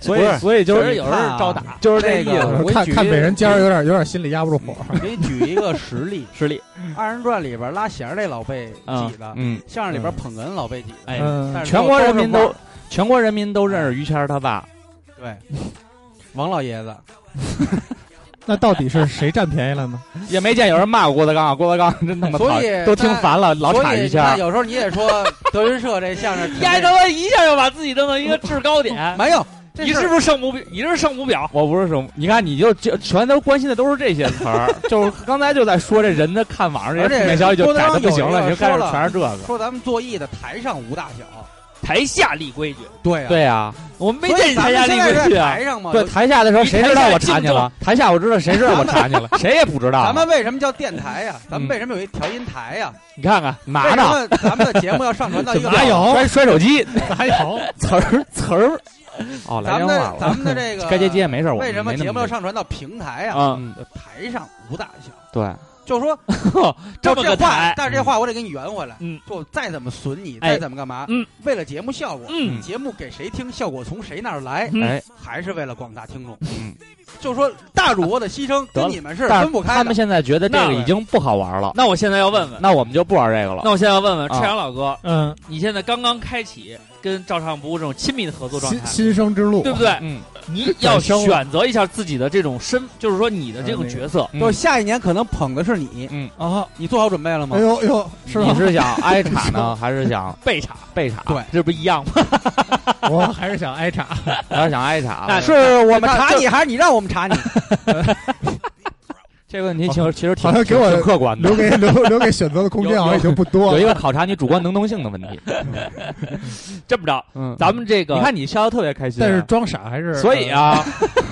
所不以是所以就是其实你有时候看啊招打，就是这意思。那我给看你举看一北人尖儿有点有点心里压不住火。给你举一个实例，实力。二人转里边拉弦儿那老被嗯挤的，嗯，相声里边捧哏老被挤的，哎，嗯但，是全国人民都是都全国人民都认识于谦儿他 *laughs* 爸，对，王老爷子，那到底是谁占便宜了呢？也没见有人骂过郭德纲啊。郭德纲 *laughs* 真他妈所讨以厌，都听烦了，老所插以于你谦看儿。有时候你也说德云社这相 *laughs* 声挺呀，他那，妈一下就把自己弄到一个制高点。嗯没有，这你事儿是不是圣母？你是圣母婊？我不是什么，你看你就就全都关心的都是这些词 *laughs* 儿，就是刚才就在说这人的看网上这些而负且面消息就郭德窄纲的不有行一了，个你就开始说了全是这个。说咱们做艺的台上无大小？台下立规矩，对啊，对呀，我没所以见你咱台下们立现在规是矩在啊。台上嘛，对，台下的时候你谁台知道下我竞查你争了？台下我知道谁知道我查你 *laughs* 了，谁也不知道。咱们为什么叫电台呀？咱啊们嗯为什么有一调音台呀？你看看，为拿什着。么咱们的节目要上传到一个哪有摔摔手 *laughs* 机，哪有？词儿词儿。哦，来咱电们话的了，咱们的这个该接接没事儿。我为什么没那节目要多上传到平台呀？啊？嗯就台上无大小，对，就说这就么个话台，但是这话我得给你圆回来。嗯，就再怎么损你，哎再怎么干嘛，嗯，为了节目效果，嗯节目给谁听，效果从谁那儿来，嗯哎，还是为了广大听众。嗯，就说大主播的牺牲得了跟你们是但分是不开他们的。现在觉得这那个已经不好玩了，那我现在要问问，那我们就不玩这个了。那我现在要问问嗯啊赤阳老哥，嗯，你现在刚刚开启跟照唱不误这种亲密的合作状新态，新生之路，对不对？嗯，你要转生了选择一下自己的这种身，就是说你的这种角色，嗯就是下一年可能捧的是你，啊，你做好准备了吗哎？呦哎呦，是你吧？是想挨查呢，还是想备查， *laughs* 被查？对这不一 *laughs* 样吗？我还是想挨查。还是想挨查？那是我们查你，还是你让我们查你？这个问题，其实其实挺哦好像给我挺客观的留，给留留给选择的空间好像已经不多有了。一个考察你主观能动性的问 *laughs* 题。这么着，嗯，咱们这个你看你笑的特别开心啊，但是嗯装傻还是所以，啊，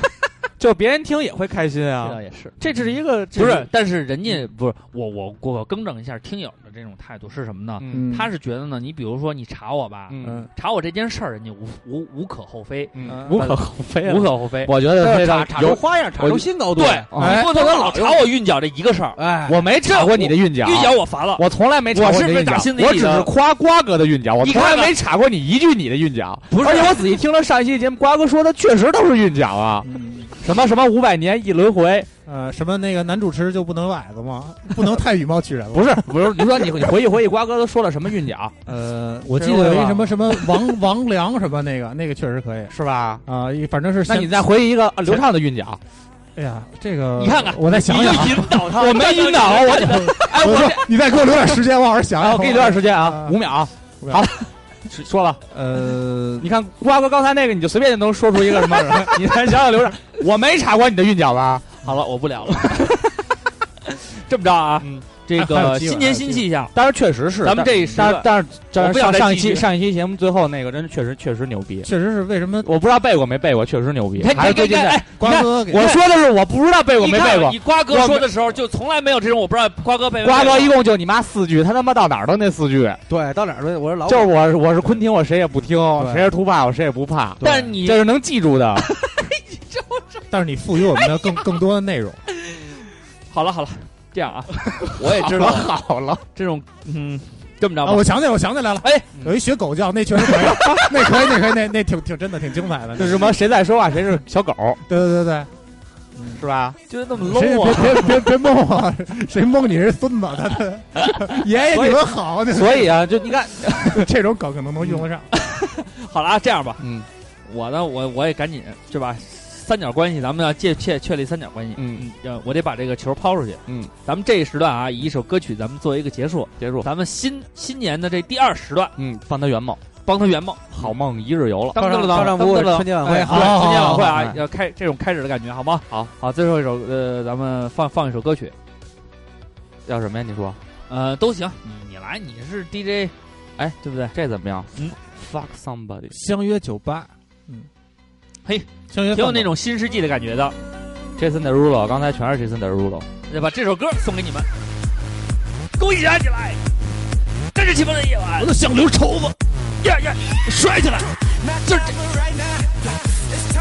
*laughs* 就别人听也会开心啊。也是。这是一个不是，，但是人家不是我，我我更正一下听友的这种态度是什么呢？嗯他是觉得呢，你比如说你查我吧，嗯查我这件事儿，人家无无无可厚非，嗯，无可厚非无可厚非。我觉得非查常查有出花样，查出新高度。对，哎你不能老查我韵脚这一个事儿，哎，我没查过你的啊韵脚，韵脚我烦了。我从来没查过你的韵脚，我是不是打心底里的我只是夸瓜哥的韵脚，我你从看看来没查过你一句你的韵脚。不是而且我仔细听了上一期节目，瓜哥说的确实都是韵脚啊，嗯什么什么五百年一轮回，呃，什么那个男主持就不能崴子吗？ *laughs* 不能太以貌取人了。不是不是，你说 *laughs* 你你回忆回忆，瓜哥都说了什么韵脚呃，我记得有一什么什么王王良什么那个，那个确实可以是吧？啊，一反正是那先你再回忆一个呃流畅的韵脚，哎呀，这个你看看，我再想你就想啊。引导他，我没引导，我 *laughs* 就哎我我说你再给我留点时间，我好好想哎想。我给你留点时间啊，嗯啊五秒五，秒好了，说吧。呃，你看瓜哥刚才那个，你就随便就能说出一个 *laughs* 什么，你再想想留着。我没查过你的韵脚吧？好了，我不聊了。这么着啊，这还有个机会新年新气象，当然确实是，咱们这一时但段是但是但我是不想上再上一继续期上一期节目最后那个真确实确实牛逼，确实是为什么我不知道背过没背过，确实牛逼。你看还是你看最近在哎瓜哥给我说的是我不知道背过你没看背过你。瓜我哥没说的时候，就从来没有这种我不知道瓜哥背没背瓜哥过一共就你妈四句，他他妈到哪儿都那四句，哦对，到哪儿都我是老就是我是我是昆汀，我谁也不听，对谁是秃爸，我谁也不怕，对但你这是能记 *laughs* 住的。但是你赋予我们的更更多的内容，好了好了，这样啊，我也知道了好了，这种嗯，这么着啊，吧，我想起来，我想起来了，哎，有一学狗叫，那确实可以， *laughs* 那可以，那可以，那那挺挺真的，挺精彩的，就是什么谁在说话谁是 *laughs* 小狗，对对对对，是吧？就是那么谁也 low 啊。别别别别蒙我，谁蒙你是孙子，他的 *laughs* 爷爷你们好， *laughs* 那所以啊，就你看，这种梗可能能用得上。好了啊，这样吧，嗯我呢，我我也赶紧是吧？三角关系，咱们要借确确立三角关系。嗯，嗯，我得把这个球抛出去。嗯，咱们这一时段啊，以一首歌曲咱们作为一个结束。结束，咱们新新年的这第二时段，嗯，帮他圆梦，帮他圆梦。好梦一日游了。当当当照当上当不当当春节晚会，哎好对好春节晚好会啊好，要开这种开始的感觉，好吗？好好，最后一首呃，咱们放放一首歌曲，要什么呀？你说呃，都行，你你来，你是 DJ，哎，对不对？这怎么样？嗯，fuck somebody。相约酒吧，嗯，嘿，相约挺有饭馆那种新世纪的感觉的。 Jason Derulo，刚才全是 Jason Derulo。对吧？这首歌送给你们，跟我一起嗨起来！跟着起风的夜晚，我都想留头发，呀呀，甩起来！ Not time for right now.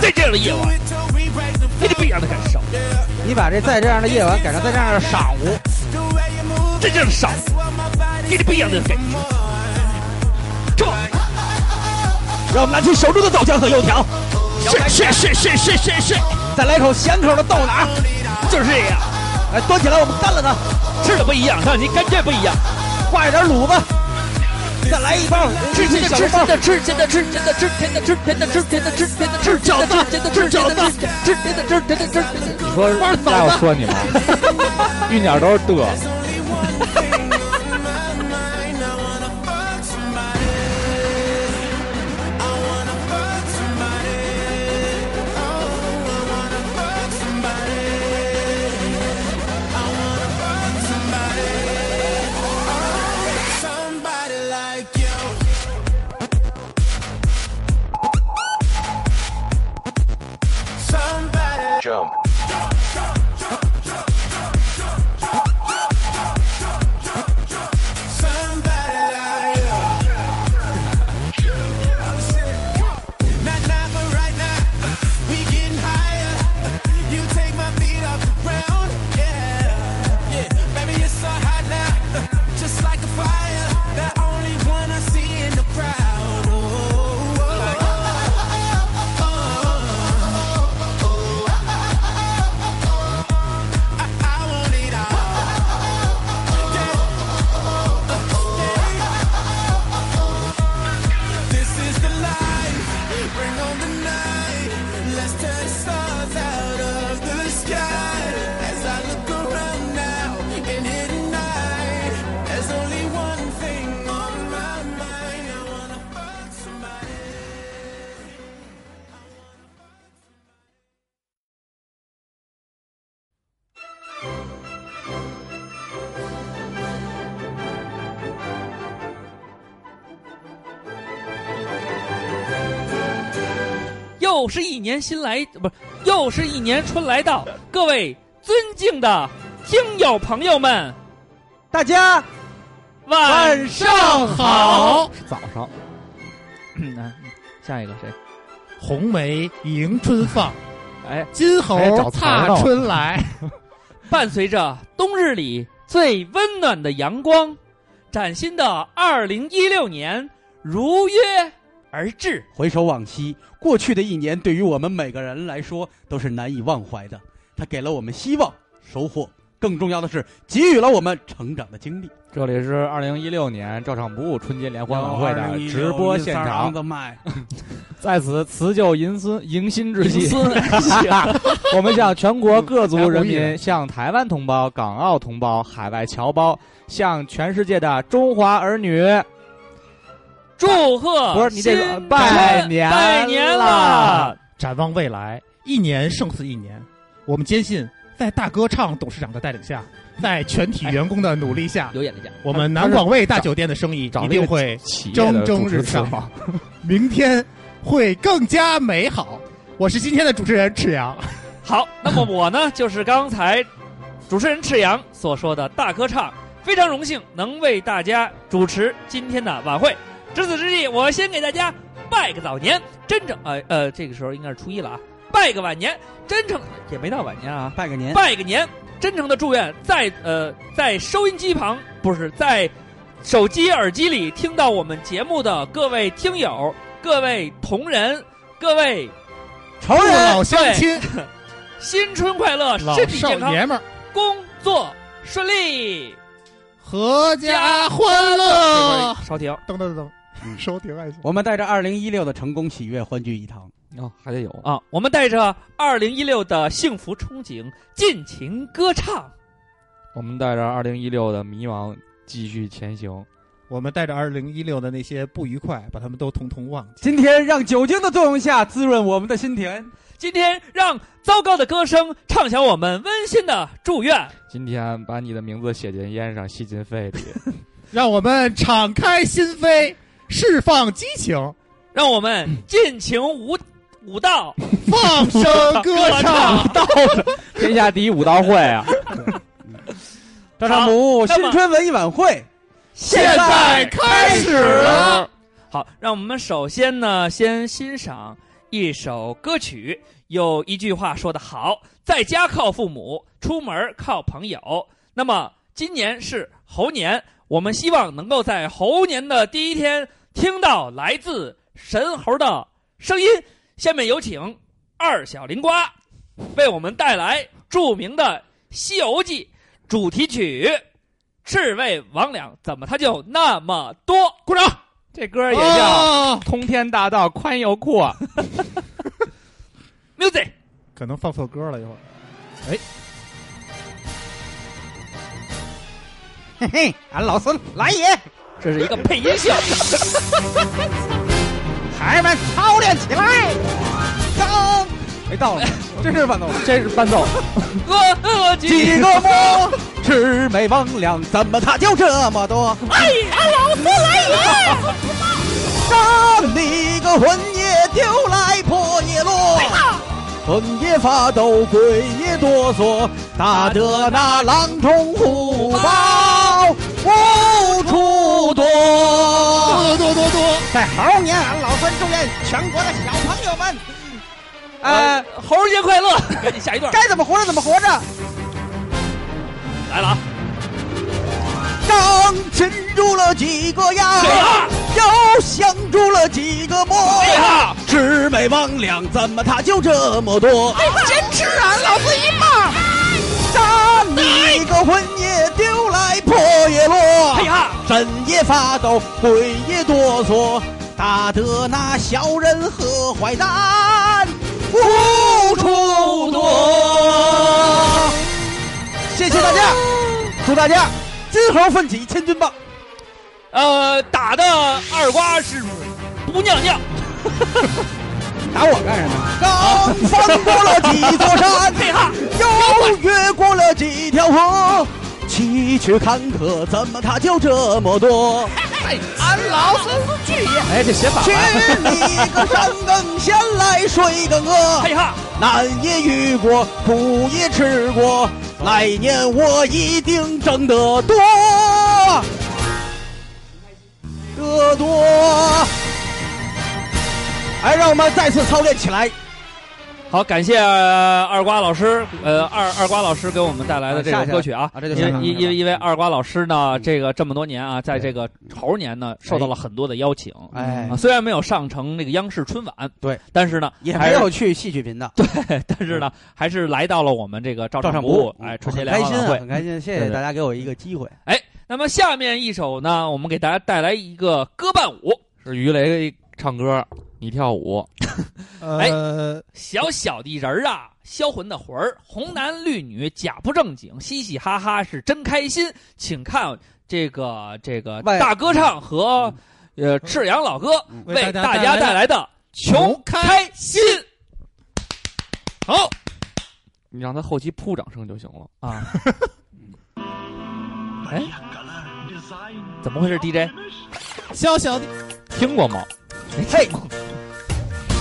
在这样的夜晚，给你不一样的感受，你把这在这样的夜晚改成在这样的晌午，在这样的晌午，给你不一样的感觉。冲！让我们拿出手中的豆浆和油条，是是是是是是，再来口咸口的豆奶儿，就是这样，来端起来，我们干了它，吃的不一样，让你感觉不一样。挂一点卤子，再来一包，吃这甜的小吃笼包甜，的吃甜的吃甜的吃甜的吃甜的吃甜的吃甜的吃甜的吃甜的吃甜的吃甜的吃甜的吃甜的吃甜的吃甜的。你说包那饺我子，说你吗？一点都是的。Oh, Somebody like you. Oh, Somebody. jump, somebody like you. Oh, shit. Not now, but right now, we getting higher. You take my feet off the ground, yeah. Yeah, baby, it's so hot now, just like a fire. The only one I see in the crowd. Oh, oh, oh, oh, oh. I, I want it all. Yeah. This is the life. Bring on the night. Let's turn the stars out of the sky. As I look around now and here tonight, there's only one thing on my mind. I wanna fuck somebody. Jump 又是一年新来，不是，又是一年春来到。各位尊敬的听友朋友们，大家晚上好。早上，嗯，下一个谁？红梅迎春 *laughs* 放，哎，金哎猴找词儿踏呢春来。伴随着冬日里最温暖的阳光，崭新的二零一六年如约而至。回首往昔，过去的一年对于我们每个人来说都是难以忘怀的。它给了我们希望、收获，更重要的是给予了我们成长的经历。这里是二零一六年照常不误春节联欢晚会的直播现场，的麦，在此辞旧迎孙迎新之际，孙 *laughs* 我们向全国各族人 *laughs* 嗯还故意民、向台湾同胞、港澳同胞、海外侨胞、向全世界的中华儿女，祝贺不是你这个新拜年拜年了了！ *laughs* 展望未来，一年胜似一年。我们坚信，在大歌唱董事长的带领 *laughs* 下，在全体员工的努力下，流眼泪下，我们南广卫大酒店的生意找一了一定个会企业的蒸蒸主持日词上嘛。 *laughs* 明天会更加美好。我是今天的主持人赤阳，好，那么我呢，就是刚才主持人赤阳所说的大歌唱，非常荣幸能为大家主持今天的晚会。值此之际，我先给大家拜个早年，真正呃呃，这个时候应该是初一了啊，拜个晚年，真诚也没到晚年啊，拜个年，拜个年，真诚的祝愿在呃在收音机旁不是在手机耳机里听到我们节目的各位听友、各位同仁、各位仇人老乡对亲，新春快乐，老身体少健康，爷们儿，工作顺利。阖家欢乐。稍停，等等等嗯等，收哎停爱心。我们带着二零一六的成功喜悦欢聚一堂。哦，还得有啊！啊，我们带着二零一六的幸福憧憬，尽情歌唱。我们带着二零一六的迷茫继续前行。我们带着二零一六的那些不愉快，把他们都统统忘记。今天让酒精的作用下滋润我们的心田。今天让糟糕的歌声唱响我们温馨的祝愿。今天把你的名字写进烟上，吸进肺 *laughs* 里。让我们敞开心扉，释放激情，让我们尽情舞舞蹈，放声歌唱。 *laughs* 天下第一武道会啊！照常不误，那么新春文艺晚会现在开始了。好，让我们首先呢，先欣赏一首歌曲。有一句话说得好：在家靠父母，出门靠朋友。那么今年是猴年，我们希望能够在猴年的第一天听到来自神猴的声音。下面有请二小灵瓜为我们带来著名的《西游记》主题曲《赤魏魍魉》，怎么它就那么多？鼓掌！这歌也叫哦《通天大道宽又阔》。 music。可能放错歌了一会儿。嘿嘿，俺老孙来也，这是一个配音秀。孩儿们操练起来！走，没到了， *laughs* 真是伴奏，真是伴奏。我我几个魔，魑魅魍魉，怎么他就这么多？哎呀，老子来也！让你个魂也丢来魄也落，魂也发抖，鬼也哆嗦，打得那狼虫虎豹无处躲。多多多多，在猴年，俺老孙祝愿全国的小朋友们，呃，猴节快乐！赶紧下一段该怎么活着怎么活着。来了啊！刚擒住了几个呀谁呀？又降住了几个魔谁呀？魑魅魍魉，怎么他就这么多？哎坚持俺老子一棒！杀你个魂也丢来，魄也落。哎呀，神也发抖，鬼也哆嗦，打得那小人和坏蛋无处躲。谢谢大家，祝大家金猴奋起，千钧棒。呃，打的二瓜是不尿尿，打我干什么？刚翻过了几座山，嘿哈，又越过了几条河，崎岖坎坷，怎么它就这么多？俺老孙巨也，哎，这写法去你个山更咸来水更饿，嘿哈，难也遇过，苦也吃过，来年我一定挣得多，得多。哎，让我们再次操练起来。好，感谢、呃二瓜老师，呃，二二瓜老师给我们带来的这首歌曲啊，啊，这因为因因为因为二瓜老师嗯呢，这个这么多年啊，在这个猴年呢，受到了很多的邀请。哎啊，，虽然没有上成那个央视春晚，对，但是呢， *laughs* 也还没是有去戏曲频道，但是呢，还是来到了我们这个照照常常不不误误，，哎，春节很联开欢心啊，晚会很开心，谢对谢对大家给我一个机会。那么下面一首呢，我们给大家带来一个歌伴舞，是于雷唱歌，你跳舞，呃，小小的人儿啊，销魂的魂儿，红男绿女假不正经，嘻嘻哈哈是真开心，请看这个这个外大歌唱和呃赤阳老哥嗯为大家带来来的穷开心。好，你让他后期铺掌声就行了。怎么回事，DJ？小小的听过吗？嘿，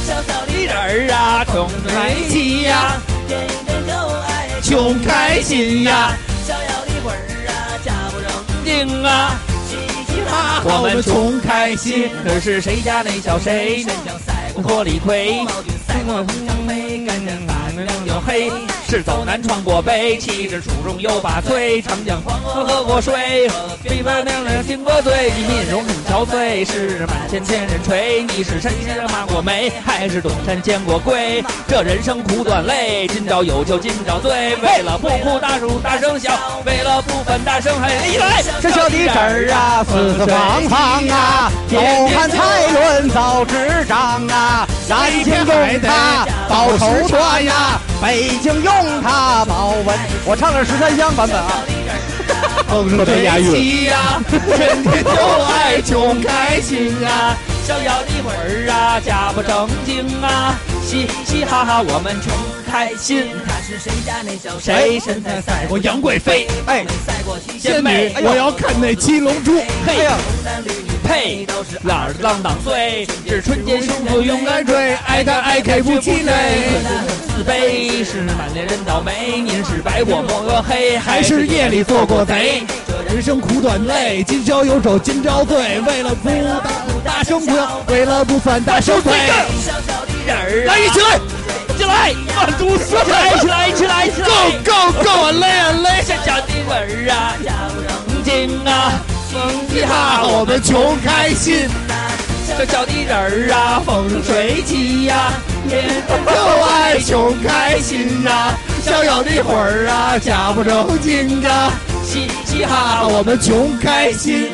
小小的人，人儿啊，穷开心呀，人人都爱穷开心呀，逍遥的魂儿啊，架不正定啊，嘻嘻哈哈，我们穷开心。可是谁家那小谁身强赛不过锅里红盔？毛军，赛过红张飞，干将打将又又黑黑，，是走南闯过北，气质楚中又把摧，长江黄河喝过水，北方娘娘听过醉，你面容很憔悴，是满天千人垂，你是山前骂过梅，还是东山见过鬼？这人生苦短累，今朝有酒今朝醉，为了不哭大叔大声笑，为了不烦大声喊一来，小小的人儿啊，四四方方啊，有汉蔡伦早执掌啊，南京用它保头端呀、北京用它保文。我唱的是十三香版本啊，特别押韵。气呀，天天就爱穷开心啊，逍遥的魂儿啊，假不正经啊，嘻嘻哈哈，我们穷开心。他是谁家那小谁，谁身材赛我过杨贵妃，哎，赛过七仙仙妹女，哎呦我要看那七龙珠。哎嘿呀，红男绿女呸，都是浪儿浪荡岁，是春节胸口勇敢追，爱他爱开不气馁。可是很自卑，是满脸人倒霉，您是白果莫个黑，还还是夜里做过贼？这人人生苦短累，今宵有酒今朝醉。为了不打不大声不要，为了不犯大声腿。来，一起来，起来，满足起来，起来，起来，起来，Go Go Go！啊，累啊累，下小的人儿啊，小精啊，风气啊，好，我们穷开心，这小的人儿啊，风生水起呀、天就爱穷开心啊！逍遥的魂儿啊，假不正经啊！嘻嘻哈啊，哈，我们穷开心，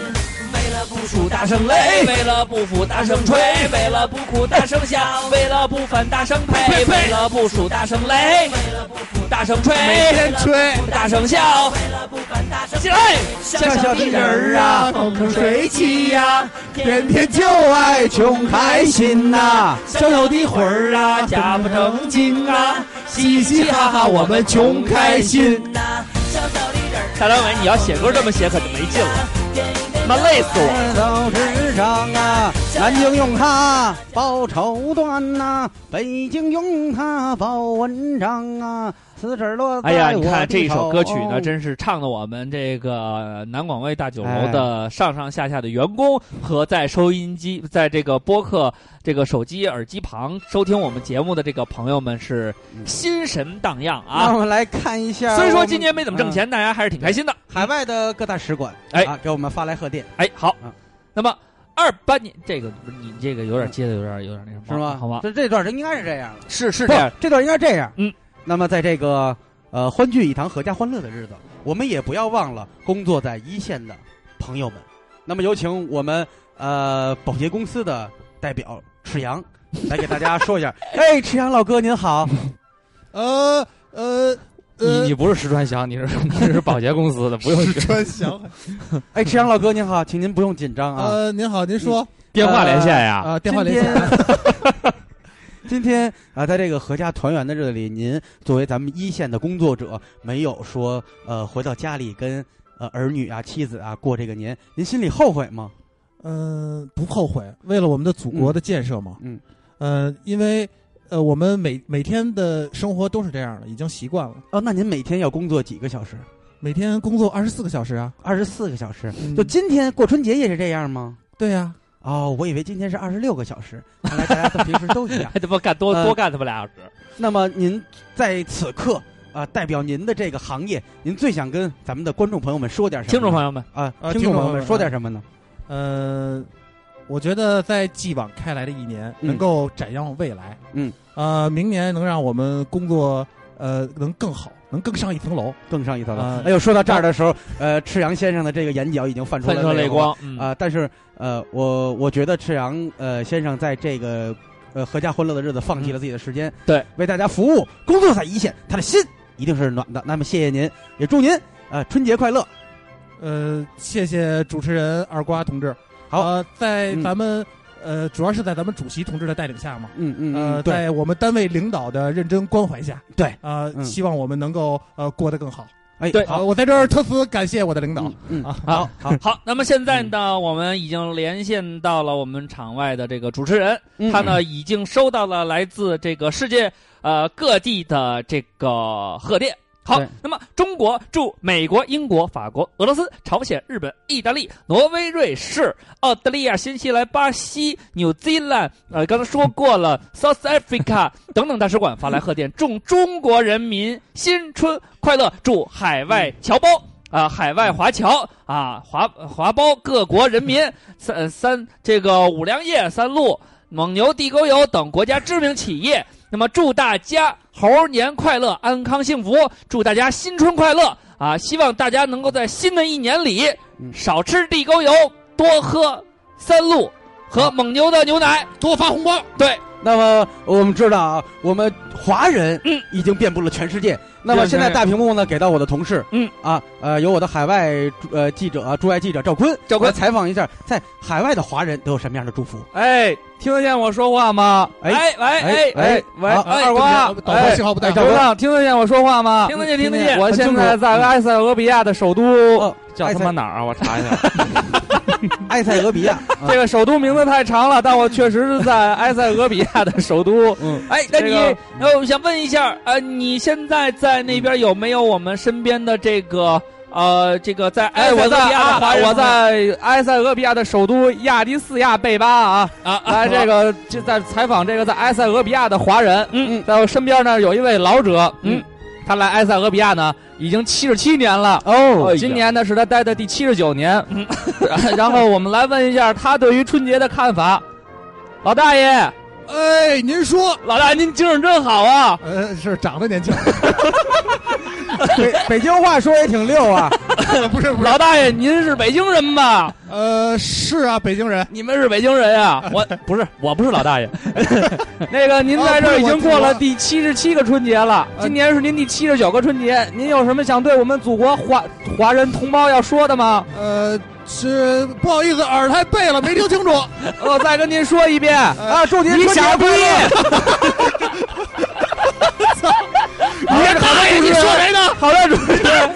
不输大声擂，为了不服大声吹，为了不哭大声笑，为了不烦大声呸，为了不输大声擂，为了不服大声吹，每天吹。大声笑，为了不烦大声起来，小小的人儿啊，风生水起呀、天天就爱穷开心呐、逍遥的魂儿啊，假不正经啊，嘻嘻哈哈，我们穷开心。大张伟，你要写歌这么写可就没劲了，妈累死我了。到纸上啊，南京用它包绸缎呐，北京用它包文章啊，瓷纸落在哎呀，你我看的这一首手歌曲呢，真是唱的我们这个南广卫大酒楼哎的上上下下的员工和在收音机、在这个播客、这个手机耳机旁收听我们节目的这个朋友们是心神荡漾让啊。我们嗯来看一下我们。虽呃说今年没怎么挣钱，大家还是挺开心的。海外的各大使馆，哎啊，给我们发来贺电，哎，好嗯，那么二八年这个不是你这个有点接的有点有点那什么是吗？好吧，这这段儿应该是这样的，是是不这样，，这段儿应该这样。嗯，那么在这个呃欢聚一堂、阖家欢乐的日子，我们也不要忘了工作在一线的朋友们。那么有请我们呃保洁公司的代表赤阳来给大家说一下。哎，赤阳老哥您好，呃呃你呃你，不是石川祥，你是你是保洁公司的，不用石去川祥，哎，赤阳老哥您好，请您不用紧张啊。嗯呃，您好，您说电话连线呀。啊，电话连线。今天。 *laughs* 今天啊、在这个合家团圆的日子里，您作为咱们一线的工作者，没有说呃回到家里跟呃儿女啊、妻子啊过这个年，您心里后悔吗？嗯，不后悔，为了我们的祖国的建设嘛。嗯，呃，因为呃，我们每每天的生活都是这样的，已经习惯了，哦，那您每天要工作几个小时？每天工作二十四个小时啊。二十四个小时？嗯就今天过春节也是这样吗？对啊呀、哦，我以为今天是二十六个小时，看来大家跟平时都一 *laughs* 样。还他妈干多呃多干他妈俩小时。那么您在此刻啊、代表您的这个行业，您最想跟咱们的观众朋友们说点什么呢？听众朋友们，啊，啊听听众众朋朋友友们们说点啊什么呢？呃，我觉得在继往开来的一年，嗯能够展望未来。嗯，呃，明年能让我们工作呃能更好，能更上一层楼。更上一层楼。啊哎呦，说到这儿的时候，呃，赤阳先生的这个眼角已经泛出泛了出泪光光，嗯啊、但是呃，我我觉得赤阳呃先生在这个呃合家欢乐的日子放弃了自己的时间，对，为大家服务，工作在一线，他的心一定是暖的。那么谢谢您，也祝您呃春节快乐。呃，谢谢主持人二瓜同志。好呃在嗯咱们、呃主要是在咱们主席同志的带领下嘛。嗯嗯呃，嗯，对，在我们单位领导的认真关怀下，对，呃，嗯希望我们能够呃过得更好。哎，对好，我在这儿特此感谢我的领导。嗯嗯，啊好好，好，那么现在呢，我们已经连线到了我们场外的这个主持人，嗯他呢已经收到了来自这个世界呃各地的这个贺电。好对，那么中国驻美国、英国、法国、俄罗斯、朝鲜、日本、意大利、挪威、瑞士、澳大利亚、新西兰、巴西、纽西兰，呃，刚才说过了，South Africa 等等大使馆发来贺电，祝中国人民新春快乐，祝海外侨胞。啊，海外华侨啊，华华胞各国人民，三三这个五粮液、三 *laughs* 鹿、蒙牛、地沟油等国家知名企业。那么祝大家猴年快乐，安康幸福，祝大家新春快乐啊！希望大家能够在新的一年里嗯少吃地沟油，多喝三鹿和蒙牛的牛奶，多发红包。对，那么我们知道啊，我们华人嗯已经遍布了全世界。那么现在大屏幕呢，给到我的同事，嗯啊，呃，有我的海外呃记者啊，驻外记者赵坤，赵坤来采访一下，在海外的华人都有什么样的祝福？哎，听得见我说话吗？哎哎喂哎哎喂，好二瓜，导播哎信号不太好首。长，听得见我说话吗？听得见听得见，我现在在埃塞俄比亚的首都哦，叫他妈哪儿啊？我查一下。埃塞俄比亚，这个首都名字太长了，但我确实是在埃塞俄比亚的首都。嗯，哎，那你，这个呃，我想问一下，呃，你现在在那边有没有我们身边的这个呃，这个在哎，我在阿啊，华人我朋友在埃塞俄比亚的首都亚的斯亚贝巴啊，啊啊 *laughs* 来这个就在采访这个在埃塞俄比亚的华人，嗯，在我身边呢有一位老者，嗯，他来埃塞俄比亚呢已经七十七年了。哎哦呀今年呢是他待的第七十九年嗯， *laughs* 然后我们来问一下他对于春节的看法。老大爷，哎，您说，老大，您精神真好啊！呃，是长得年轻，北北京话说也挺溜 *laughs* 啊，不是不是，老大爷，您是北京人吧？ *laughs* 呃，是啊，北京人，你们是北京人呀、 *laughs* 我不是，我不是老大爷， *laughs* 那个，您在这啊不儿是已我经过我了第七十七个春节哦了，呃今年是您第七十九个春节，您有什么想对我们祖国华华人同胞要说的吗？呃，是不好意思，耳太背了，没听清楚。我再跟您说一遍，啊，祝您你春节想快乐！逼！你大爷，你说谁呢？好的，主持人，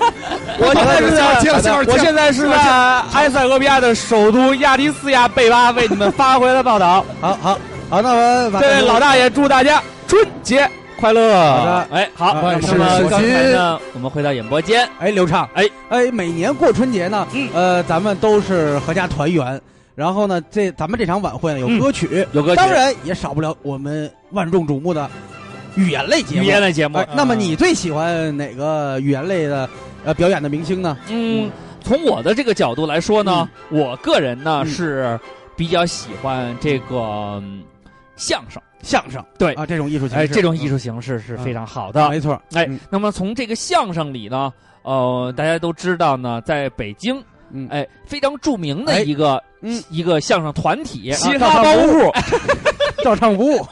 我现在是接了接在，了接了我现在是在埃塞俄比亚的首都亚的斯亚贝巴为你们发回了报道。好好好，那我 *laughs* 把这位老大爷，祝大家春节快好乐！的哎，好，啊那是么首刚才先呢，我们回到演播间，哎，刘畅，哎嗯哎，每年过春节呢，呃，咱们都是合家团圆。然后呢，这咱们这场晚会呢有嗯歌曲，有歌曲当然也少不了我们万众瞩目的语言类节语目。言类节目嗯哎，，那么你最喜欢哪个语言类的呃表演的明星呢？嗯，从我的这个角度来说呢，我个人呢、是比较喜欢这个、嗯相声，相声对啊，这种艺术形式，哎，这种艺术术形式是非常好的。没错，哎嗯那么从这个相声里呢，呃，大家都知道呢，在北京，嗯哎，非常著名哎的一个、嗯一个相声团体，嘻啊哈包袱， *laughs* 照唱不误，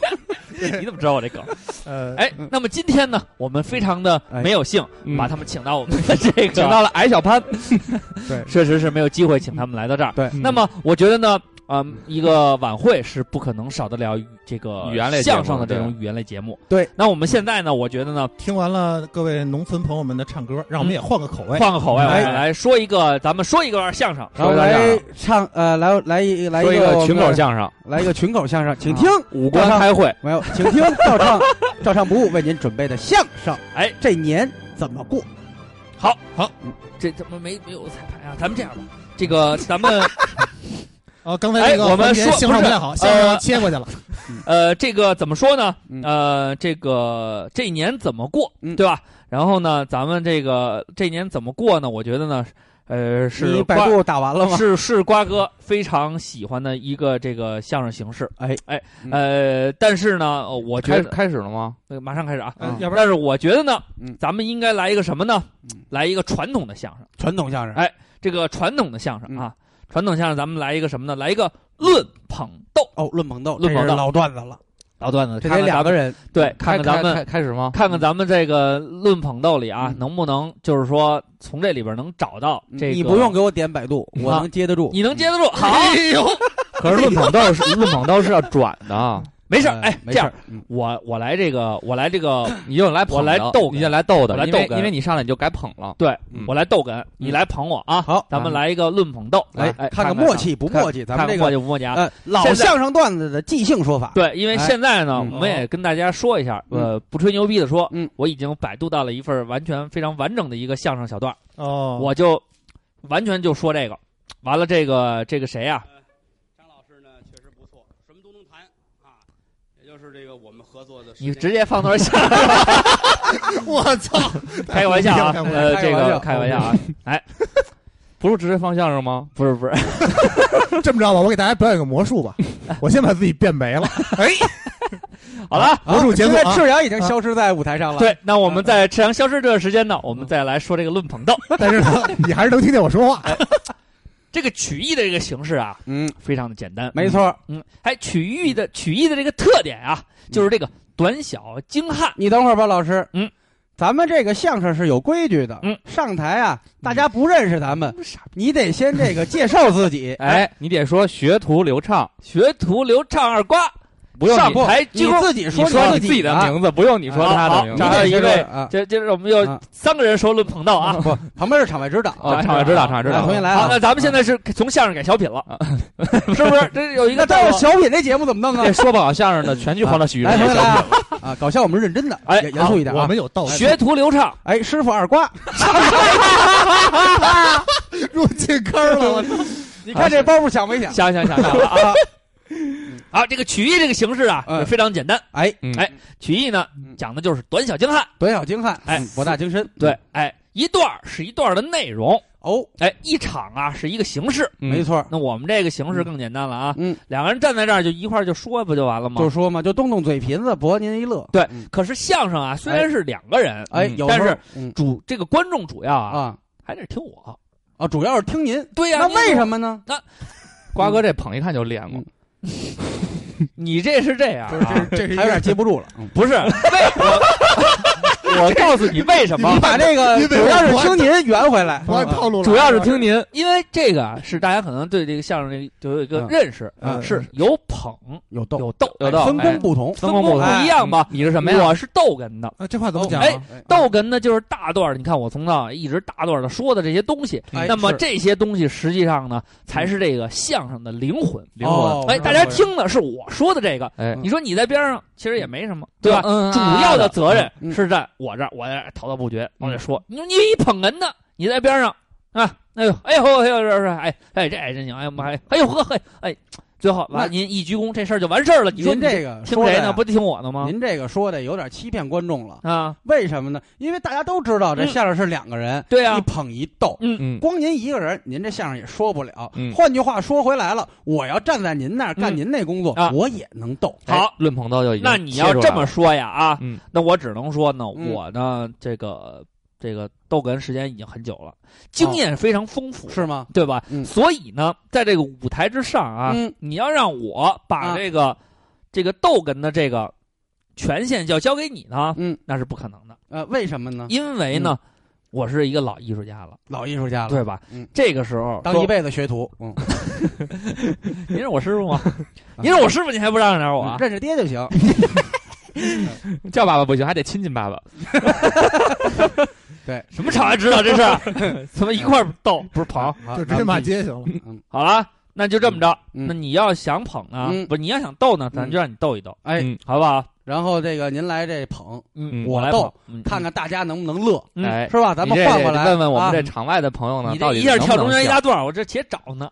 你怎么知道我这梗？呃，哎，那么今天呢，我们非常的哎没有幸、嗯把他们请到我们的这个，请到了矮小潘。确实是没有机会请他们来到这儿。对那么我觉得呢，嗯，一个晚会是不可能少得了这个语言类节目相声的这种语言类节目。对，那我们现在呢，我觉得呢， *laughs* 听完了各位农村朋友们的唱歌，让我们也换个口味。换个口味，我哎们来说一个，咱们说一个相声。然后来唱呃，来来一来说一个个群口相，相声，来一个群口相声，请听啊五官开会。没有，请听照唱 *laughs* 照唱不误为您准备的相声。哎，这年怎么过？好，好，这怎么没没有彩排啊？咱们这样吧，这个咱 *laughs* 们啊，刚才那个哎我们环节说信号不太好，不是信号呃切过去了。呃，这个怎么说呢嗯？呃，这个这一年怎么过，嗯对吧？然后呢，咱们这个这一年怎么过呢？我觉得呢，呃，是你百关度打完了吗？是是瓜哥非常喜欢的一个这个相声形式。哎哎呃，但是呢，呃我觉开得开始了吗？呃马上开始啊。 *laughs* 呃嗯要不然但是我觉得呢嗯，咱们应该来一个什么呢嗯？来一个传统的相声。传统相声，哎这个传统的相嗯声啊，传统相声咱们来一个什么呢？来一个论捧逗哦，论捧逗，论这捧是逗老段子了，老段子，这看看咱得两们个人，对，看看咱开们开开始吗？看看咱们这个论捧逗里啊，嗯能不能就是说从这里边能找到这个？你不用，嗯给我点百度，我啊能接得住。你能接得住？好，哎呦，可是论捧逗 *laughs* 是论捧逗是要转的啊，没事儿呃，哎，没这事样儿，嗯我我来这个，我来这 *clears throat* 个， *laughs* 你就来捧的我来逗哏你就来逗我的，来因逗为哏因为你上来你就改捧了。对嗯我来逗哏，你来捧我啊。好咱们来一个论捧逗，来哎，看看默，契不默契，咱看们看默这个契不默契啊。呃老现在相声段子的即兴说法。对，因为哎现在呢，嗯我们也跟大家说一下，嗯呃，不吹牛逼的说，嗯我已经百度到了一份完全非常完整的一个相声小段儿，哦，我就完全就说这个，完了这个这个谁啊？呃张老师呢，确实不错，什么都能谈啊。也就是这个我们合作的时你间，直接 *laughs* 放段下，我操，开个玩笑啊，开个玩笑呃，开这个玩个笑开玩笑 *laughs* 啊，不是直接放相声吗？不是不是，这么着吧，我给大家表演个魔术 *laughs* 吧，我先把自己变没了。哎，好了。魔术结现束在啊，志阳已经消失在舞台上了。，啊对，那我们在赤阳消失这段时嗯间呢，我们再来说这个论捧逗，但是呢，你还是能听见我说 *laughs* 话。这个曲艺的这个形式啊，嗯，非常的简单，没错。嗯，哎，曲艺的曲艺的这个特点啊，嗯就是这个短小精悍。你等会儿吧，老师。嗯。咱们这个相声是有规矩的，嗯，上台啊，大家不认识咱们，你得先这个介绍自己哎哎，哎，你得说学徒刘畅，学徒刘畅二瓜，不用上你台你之后自己说你说你自己的啊名字不用你说他的名字这还有一啊你得位说啊，这这是我们又三个人说论捧逗啊，不，旁边是场外指 *laughs* 导哦场外指导场外指导哎嗯重新来啊好，那咱们现在是从相声改小品了， *laughs* 是不是？这有一那个待会儿小品这节目怎么弄啊 *laughs* *laughs* 这？说不好相声的全去欢乐喜剧来，人重新来小啊！啊，搞笑我们是认真的，哎严严肃一点我啊！们有道理。学徒流畅，哎，师傅二瓜，入进坑 *laughs* 了，你看这包袱响没响？想想想想 *laughs* 了啊。好，这个曲艺这个形式啊，嗯也非常简单。哎，哎，曲艺呢嗯讲的就是短小精悍，短小精悍，哎嗯博大精深。对，哎，一段儿是一段儿的内容，哦，哎，一场啊是一个形式。嗯没错，那我们这个形式更简单了啊，嗯，两个人站在这儿就一块儿就说不就完了吗？就说嘛，就动动嘴皮子博您一乐。对嗯，可是相声啊，虽然是两个人，哎，嗯有但时候是嗯主这个观众主要啊，啊还得听我。啊，主要是听您。对呀，那你为什么呢？瓜哥这捧一看就练过嗯，*laughs* 嗯你这是这样啊？这是还有点接不住了。嗯不是，我告诉你为什么你啊把这个因为主要是我听您圆回来。嗯我按套路了。主要是听您 *laughs* 因为这个啊是大家可能对这个相声这个有一个嗯认识，嗯是有捧有逗，有逗有逗分哎工不同。分工工不不一样吧？你是什么呀？我是逗哏的，啊，这话怎么讲啊？哎，逗哏呢就是大段儿，你看我从那一直大段的说的这些东西，哎那么是这些东西实际上呢才是这个相声的灵魂。灵魂，哦哎，大家听的是我说的这个，哎嗯你说你在边上其实也没什么，对吧？嗯主要的责任啊嗯是在我这儿，我这儿滔滔不绝，我得说，你说你一捧哏的，你在边上啊，哎呦，哎呦，哎呦，哎呦，哎哎，这哎真行，哎呦妈，哎哎呦呵嘿，哎，最后那完您一鞠躬，这事儿就完事儿了。你说您你这个听说的谁呢？呀不听我的吗？您这个说的有点欺骗观众了，啊，为什么呢？因为大家都知道这嗯相声是两个人，对啊一捧一逗，嗯，光您一个人，您这相声也说不了。嗯换句话说回来了，我要站在您那儿干嗯您那工作，啊我也能逗。好哎，论捧逗就已经那你要这么说，说呀啊，嗯那我只能说呢，嗯我呢这个这个逗哏时间已经很久了，经验非常丰富，是吗？对吧？哦嗯所以呢，在这个舞台之上啊，嗯你要让我把啊这个、这个逗哏的这个权限要交给你呢，嗯，那是不可能的，呃，为什么呢？因为呢，我是一个老艺术家了，老艺术家了，对吧？嗯这个时候当说一辈子学徒， *laughs* 嗯，您是我师傅吗？啊您是我师傅，你还不让着我啊？认识爹 *laughs* 就行。叫爸爸不行，还得亲亲爸爸。什么场还知道这事儿？怎么一块儿逗？不是捧啊好，啊好就直接骂咱们继续街 *laughs* 行了。好了，那就这么着。嗯那你要想捧呢，嗯不是你要想逗呢，咱嗯就让你逗一逗，哎嗯好不好？然后这个您来这捧，嗯我我来逗捧，嗯看看大家能不能乐，嗯哎，是吧？咱们你这换得过来，问问我们这啊场外的朋友呢，你到这底一下能不跳能中间一笑大段儿，我这且找呢。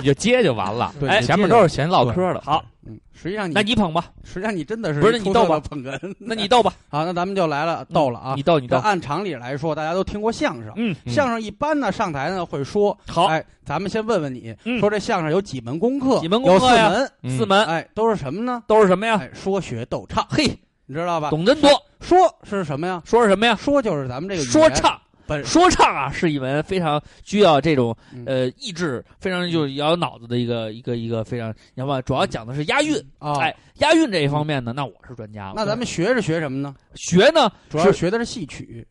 你就接就完了。对哎前面都是闲唠嗑的，好，嗯，实际上你那你捧吧，实际上你真的是不是你逗吧吧？捧哏， *laughs* 那你逗吧，好，那咱们就来了，逗了啊你！逗你这逗。按常理来说，大家都听过相声，嗯，嗯相声一般呢上台呢会说，好哎，咱们先问问你嗯，说这相声有几门功课？几门功课有四呀门，嗯四门哎，都是什么呢？都是什么呀？哎，说学逗唱，嘿，你知道吧？懂真多。说是什么呀？说是什么呀？说就是咱们这个语言说唱。本说唱啊，是一门非常需要这种嗯呃意志，非常就是要有脑子的一个一个一个非常，你知道吧？主要讲的是押韵，啊。哎，押韵这一方面呢，那我是专家了。嗯那咱们学是学什么呢？学呢，主要是学的是戏曲，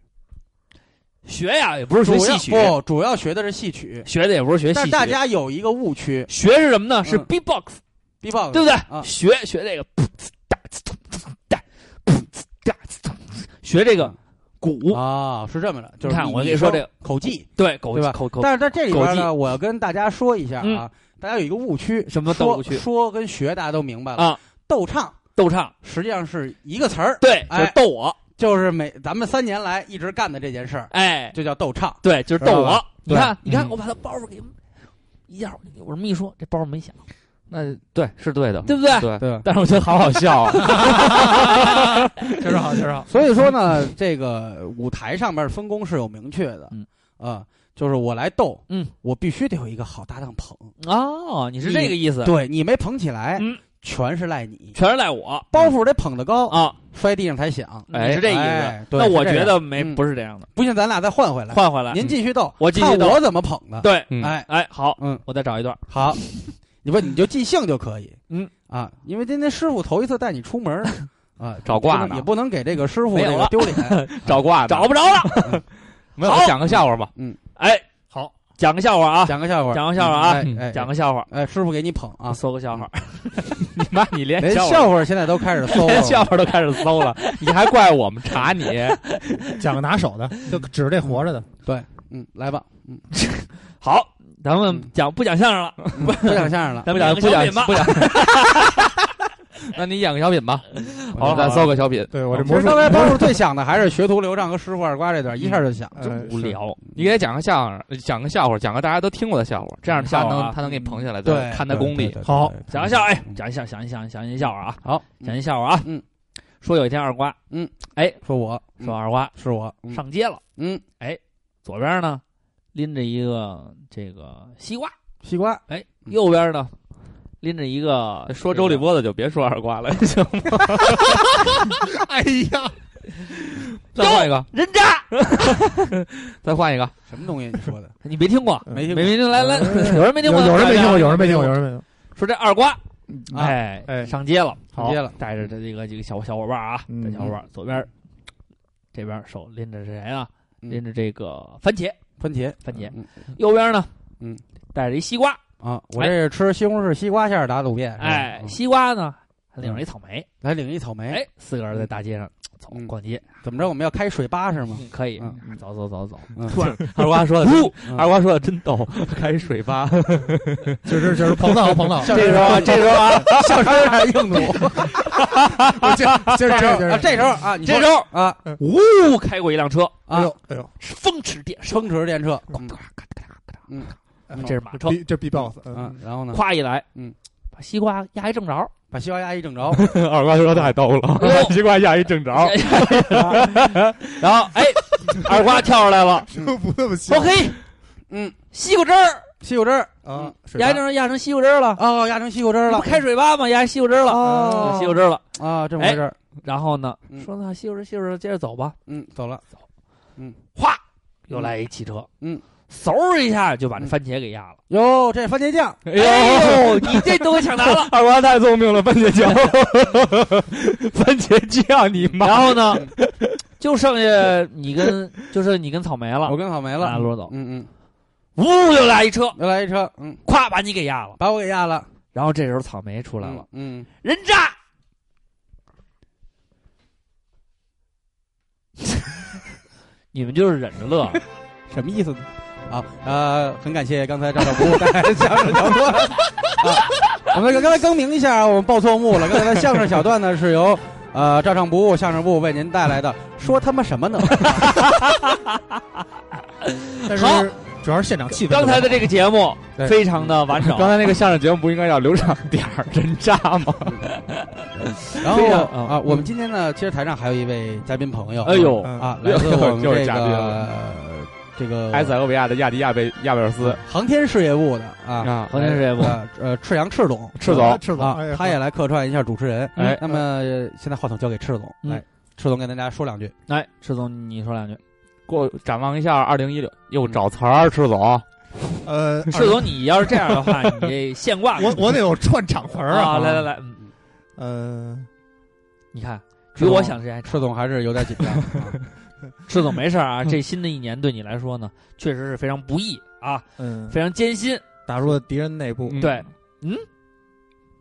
学呀，也不是主学要戏曲，不主要学的是戏曲。学的也不是学但戏是曲，大家有一个误区学是什么呢？是嗯 B-box， ，B-box 对不对？啊学学这个，学这嗯个鼓，啊，是这么的，就是你看我跟你你说这个口技。对，口对吧口口，但是在这里边口呢，我要跟大家说一下啊，大家有一个误区，嗯什么说误区说跟学大家都明白了啊，逗唱逗唱，实际上是一个词儿，对，哎就是逗我，就是每咱们三年来一直干的这件事儿，哎，就叫逗唱。对，就是知逗道我吧。你对看，你看，嗯我把他包袱给一下，我这么一说，这包袱没响，那对是对的，对不对？对对但是我觉得好好笑 *laughs* 啊，确实好，确实好。所以说呢，嗯这个舞台上面分工是有明确的，嗯啊，就是我来逗，嗯，我必须得有一个好搭档捧，哦，你是这个意思，对你没捧起来，嗯全是赖你，全是赖我包袱得捧得高，啊，摔地上才响。哎你是这意思。哎对那我是这觉样得没嗯不是这样的，不信，咱俩再换回来，换回来，嗯您继续逗，我继续看逗我怎么捧的。对，嗯哎，哎，好，嗯，我再找一段，好， *laughs* 你不你就即兴就可以。嗯啊，因为今天师傅头一次带你出 *laughs* 门儿啊，找挂呢也不能给这个师傅没有这了 *laughs* 个丢脸。找挂的找不着了。没有好想个笑话吧？哎，好，讲个笑话啊，讲个笑话，讲个笑话啊嗯哎哎讲个笑话，哎，师傅给你捧 *laughs* 啊，搜个笑话，你妈你连连哎笑笑话现在都开始搜了连， *laughs* *laughs* 笑话都开始搜了，你还怪我们查你？讲个拿手的，就指着这活着的。嗯，*laughs* 来吧，嗯，好，咱们讲不讲相声 *laughs* 了？不讲相声了，咱们讲演个不小讲品吧 *laughs* 不讲，那你演个小品吧，嗯好我了们再搜个小品。 *laughs* 对我这其实魔术刚才包叔最想的还是学徒刘畅和师傅二瓜这段，一下就想。呃无哎聊，你给他讲个相声，讲个笑话，讲个大家都听过的笑话，这样他笑话能啊他能给你捧起来，对嗯看他功力。好讲一笑，哎，讲一笑，讲一笑，讲一笑话啊，好，讲一笑话啊，嗯，说有一天二瓜说我说二瓜是我，嗯上街了，嗯，左边呢拎着一个这个西瓜，西瓜，哎，嗯右边呢拎着一个哎说周立波的就别说二瓜 *laughs* 了，行吗？哎呀， *laughs* 再换一个，人渣， *laughs* 再换一个，什么东西？你说 *laughs* 的你没听过，没听没过没听来来，嗯有人没听有过，有人没听过，有人没听过，大家有人没听过。说这二瓜，啊哎哎上街了，好接，了，带着他这个几个小小伙伴啊，嗯带小伙伴左边这边手拎着是谁啊？嗯拎着这个番茄，番茄，番茄，嗯右边呢，嗯，带着一西瓜，啊，我这是吃西红柿西瓜馅儿打卤面，是吧哎，嗯西瓜呢还领着一草莓，来领一草莓，哎，四个人在大街上走嗯逛街，怎么着？我们要开水吧是吗？可以嗯走走走走，嗯突然二瓜说的呜，二瓜说的真逗，开水吧。就是就 *laughs* 是捧到捧到，这时候，这时候啊，笑声还硬度。这这这时这候啊，这这，时候啊，你说这时候啊呜开过一辆车，哎啊，呦哎呦，风驰电掣，风驰电掣，嗯这是马车， B- 这 B boss，啊，然后呢，咵一来，嗯，把西瓜压一正着，把西瓜压一正着，二瓜说太逗了，把西瓜压一正着，然后哎，二瓜跳出来了，就不那么行说嘿，嗯，西瓜汁儿西瓜汁儿嗯啊，水压吧成压成西瓜汁儿了，哦，压成西瓜汁儿这了不，开水吧吗？压西瓜汁儿了，哦西瓜汁儿了。啊，这么回事儿。然后呢，嗯说那西瓜汁儿西瓜汁儿接着走吧，嗯，走了，哗，又来一汽车，嗯，嗖一下就把这嗯番茄给压了。哟，这番茄酱，哎呦，你这都给抢答了。 *laughs* 二瓜太聪明了，番 *laughs* 茄酱，番茄酱，你嗯然后呢，就剩下你跟就剩你跟草莓了我，跟草莓按了，路走，嗯嗯，呜又来一车，又来一车，嗯，咵把你给压了。把我给压了，然后这时候草莓出出来了，，嗯，人 *laughs* 渣。你们就是忍着乐，什么意思呢？啊，呃，很感谢刚才赵小波带来的相声小段。啊， *laughs* 我们刚才更名一下啊，我们报错幕了。刚才的相声小段呢是由呃照唱不误相声部为您带来的，说他妈 *laughs* 什么呢？但好是主要是现场气氛不好。刚才的这个节目对非常的完整。刚才那个相声节目不应该叫流畅点儿人渣吗？然后非常啊啊，我们今天呢，其实台上还有一位嘉宾朋友，哎呦，*laughs* 嗯啊，来自我们又这是嘉宾个了呃这个埃塞俄比亚的亚迪亚贝亚贝尔斯航天事业部的啊，啊，昨天是这部，呃呃，赤阳赤总，赤总赤总啊哎呀，他也来客串一下主持人。哎那么呃现在话筒交给赤总，嗯来，赤总跟大家说两句。哎来，赤哎总你说两句。过展望一下二零一六，又找词儿，赤总， *laughs* 呃，哎赤总，你要是这样的话，你这现挂我我得有串场词儿啊！好吧来来，来，嗯呃，你看，比赤总我想时间还赤总还是有点紧张。啊赤总没事儿啊，这新的一年对你来说呢，确实是非常不易啊，嗯，非常艰辛。打入了敌人内部，嗯对，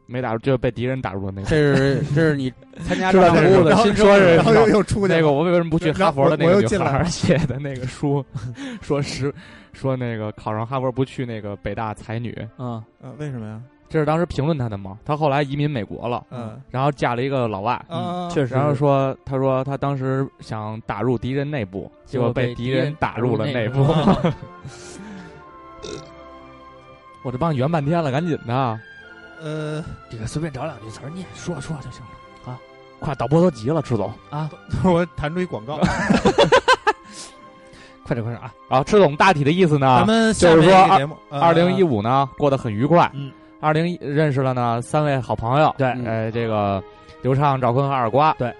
没打入，就被敌人打入了那个。这是这是你参加知这道嗯场这是什务的么然后新说是然后又又出去那了个我为什么不去哈佛的那然后个我我又女进孩来了儿写的那个书， *laughs* 说十说那个考上哈佛不去那个北大才女，啊嗯，呃为什么呀？这是当时评论她的嘛。她后来移民美国了，嗯然后嫁了一个老外，啊，确实。然后说她说她当时想打入敌人内部，结结果果被被敌敌人人打打入入了内内部部。 *laughs* 我这帮你圆半天了，赶紧的！呃，这个随便找两句词儿念，说说就行了。啊快，导播都急了，赤总。 *laughs* 我弹出一广告，快点，快点啊！啊，赤总大体的意思呢，咱们就是下面说一个二节目，呃二零一五五呢过得很愉快。呃嗯，二零一认识了呢三位好朋友，对哎嗯呃，这个刘畅、赵坤和二瓜。对，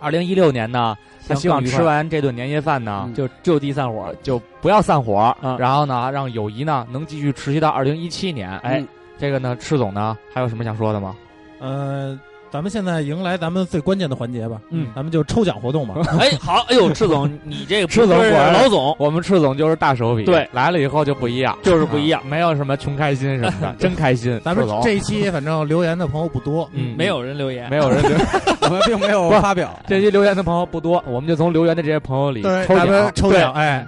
二零一六年呢，他希望更愉吃快呃完这顿年夜饭呢，嗯就就地散伙。就不要散伙，嗯然后呢，让友谊呢能继续持续到二零一七年。哎，嗯这个呢，赤总呢还有什么想说的吗？呃，咱们现在迎来咱们最关键的环节吧，嗯，咱们就抽奖活 *laughs* 动吧。哎，好，哎呦，赤总，你 *laughs* 这个赤总不是果然老总，我们赤总就是大手笔，对来了以后就不一样，就是不一样啊没有什么穷开心什么的，真开心。咱们赤总这一期反正留言的朋友不多，嗯没有人留言，没有人留，我们并没有不是发表。这期留言的朋友不多，我们就从留言的这些朋友里对，抽咱们奖。抽奖，哎，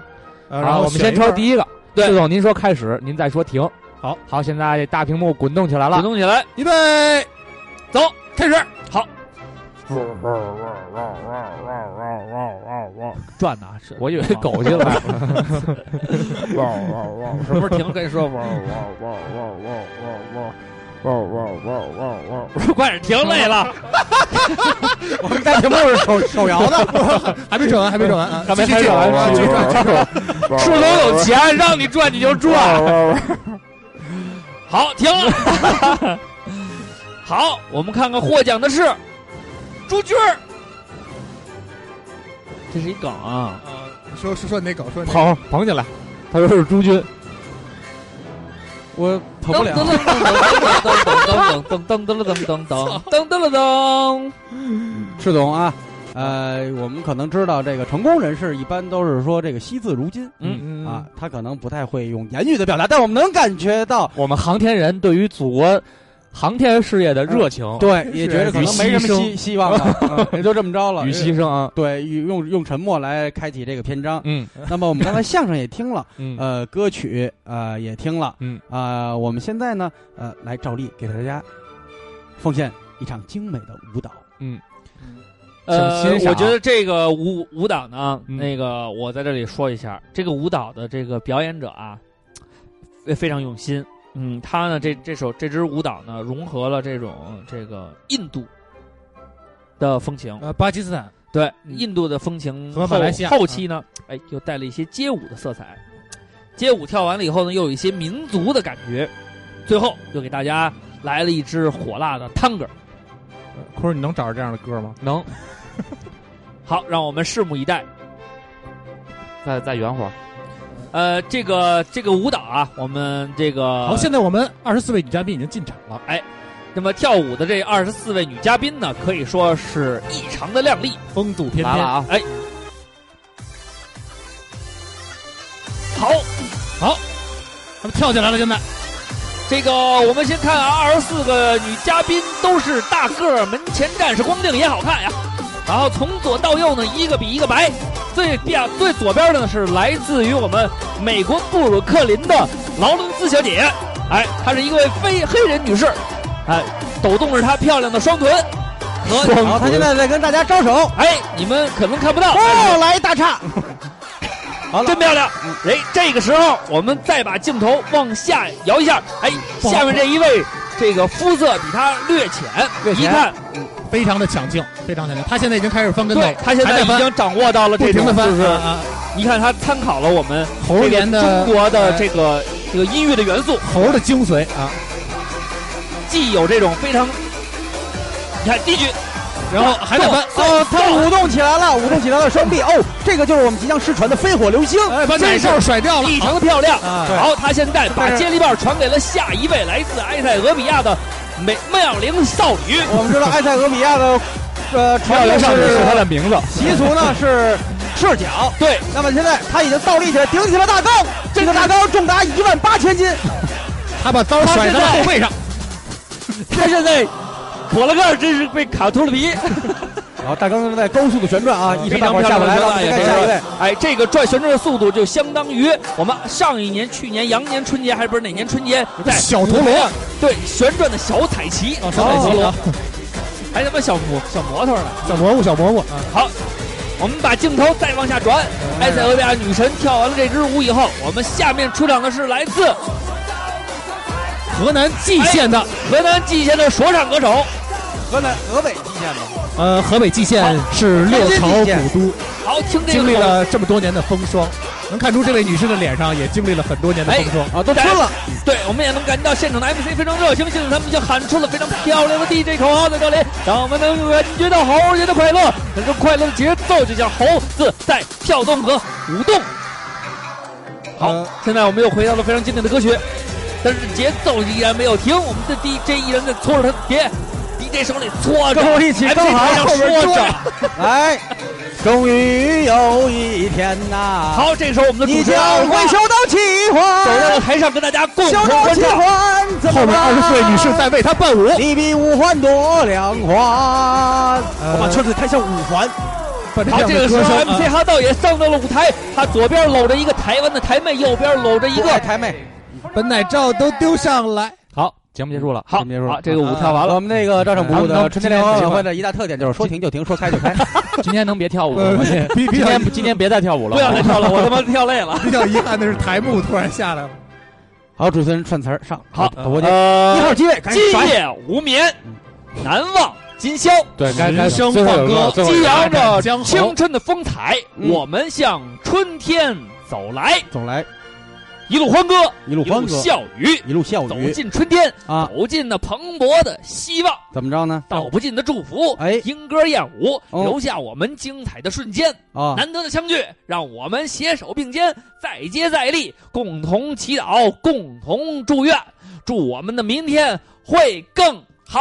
呃然然后后我们先选一份抽第一个，对赤总您说开始，您再说停。好，好，现在大屏幕滚动起来了滚，动起来，预备，走，开始，好，转呐，是我以为狗去了。什么时候停？跟你 *laughs* 说不？快点停，累了，我们在屏幕是手手 *laughs* 摇的， *laughs* 还没转完，还没转完啊，还没继开续始继续完继续转赤总有钱，让你赚你就赚。好，停了。 *laughs* 好，我们看看获奖的是朱军儿，这是一梗啊！说说说你那狗，说你那狗捧捧起来，他说是朱军，我跑不了。噔噔噔噔噔噔噔噔噔噔噔噔噔噔赤总啊，呃，我们可能知道这个成功人士一般都是说这个惜字如金，嗯啊，，他可能不太会用言语的表达，但我们能感觉到，我们航天人对于祖国航天事业的热情对，也觉得可能没什么与希希望 *laughs* 了，嗯也就这么着了。与牺牲啊，对，与用用沉默来开启这个篇章。嗯那么我们刚才相声也听了，嗯，呃，歌曲呃也听了，嗯啊，我们现在呢，呃，来照例给大家奉献一场精美的舞蹈。呃请欣，啊赏我觉得这个舞舞蹈呢，嗯那个我在这里说一下，这个舞蹈的这个表演者啊，非非常用心。嗯，他呢这这首这支舞蹈呢，融合了这种这个印度的风情，呃，巴基斯坦，对印度的风情嗯和后马来西亚嗯后期呢，哎，又带了一些街舞的色彩，街舞跳完了以后呢，又有一些民族的感觉，最后又给大家来了一支火辣的探戈。坤儿，你能找着这样的歌吗？能好，让我们拭目以待。再再圆会儿，呃，这个这个舞蹈啊，我们这啊个哎好，现在我们二十四位女嘉宾已经进场了，那么跳舞的这二十四位女嘉宾呢，可以说是异常的靓丽。风度翩来了翩，啊，哎，好，他们跳起来了，现在这个我们先看啊，二十四个女嘉宾都是大个儿，门前站是光腚也好看呀。然后从左到右呢，一个比一个白。最边最左边的呢是来自于我们美国布鲁克林的劳伦斯小姐，哎，她是一位非黑人女士，哎，抖动着她漂亮的双臀和然后他现在在跟大家招手，哎，你们可能看不到，哦，来一大叉。好了真，漂亮！嗯哎，这个时候我们再把镜头往下摇一下，哎，下面这一位，这个肤色比他略浅，略浅一看，非常的抢镜，非常抢镜，他现在已经开始翻跟头对，他现还在在已翻经掌握到了不这停种的，翻，就是啊啊你看他参考了我们猴这个年的中国的哎这个这个音乐的元素，猴的精髓啊，既有这种非常，你看第一句，然后还在翻，哦，他舞动起来了，舞动起来了，双臂。哦，这个就是我们即将失传的飞火流星。哎，把奶罩甩掉了，异好常漂亮。啊对好，他现在把但是接力棒传给了下一位来自埃塞俄比亚的美妙龄少女。我们知道埃塞俄比亚的，呃，传统上是他是的名字，习俗呢是赤脚。对，那么现在他已经倒立起来，顶起了大高，这个大高重达一万八千斤。他把刀甩在了后背上，他现在，火了盖儿真是被卡秃了 *laughs* 皮，然哦后大高正在高速的旋转啊，一直非大常伙漂儿亮的下不来了，我大们爷看啊下一位。。哎，这个转旋转的速度就相当于我们上一年、去年羊年春节还是不是哪年春节在小陀螺，对旋转的小彩旗，哦，小彩旗，啊 *laughs* 还他妈小摩小摩托呢。小蘑菇，小蘑菇啊，好，我们把镜头再往下转，埃塞俄比亚女神跳完了这支舞以后，我们下面出场的是来自河南蓟县的，河南蓟县的说唱歌手。河南河北蓟县的，呃，河北蓟县是六朝古都，好，听这个经历口了这么多年的风霜，能看出这位女士的脸上也经历了很多年的风霜。啊，都吃了。哎对，我们也能感到现场的 MC 非常热情，现在他们已经喊出了非常漂亮的 DJ 口号在这里，让我们能感觉到猴儿节的快乐，那种快乐的节奏就像猴子在跳动和舞动。好，嗯呃现在我们又回到了非常经典的歌曲，但是节奏依然没有停，我们的 DJ 依然在搓着他的碟，滴这手里搓着，跟我一起哎 MC 刚好台上后边说桌着上。来，终于有一天呐， *laughs* 好，这时候我们的你主持将人二会瓜收到喜欢，走到了台上，跟大家共收同到欢喜唱。欢，怎么后面办二十岁女士在为他伴舞。你比五环多两环。我把车子开向五环，反正好，这这样个的时歌候声 MC 哈道也上到了舞台，他左边搂着一个台湾的台妹，右边搂着一不个爱台妹，把奶罩都丢上来。好，节目结束了。啊好，节目结束了好，这个舞跳完了，我们那个照常不误能的能春节联欢晚会的一大特点就是说停就停，说开就 *laughs* 开。今天能别跳舞呃吗？比比今较天今天别再跳舞了。不要再跳了，我他妈跳累了。 *laughs* 比较遗憾的是台幕突然下来了。好，主持人串词儿上。好导播间一呃，号机位，赶紧今甩夜无眠，难忘今宵，对，该该生最后有放歌个最后激有个扬着江青春的风采，我们向春天走来，总来一路欢歌，一路一路欢歌，笑语，一路笑走语进春天，啊，走进那蓬勃的希望。怎么着呢？道不尽的祝福，哎莺歌燕舞，哦留下我们精彩的瞬间，啊，难得的相聚，让我们携手并肩，再接再厉，共同祈祷，共同祝愿，祝我们的明天会更好。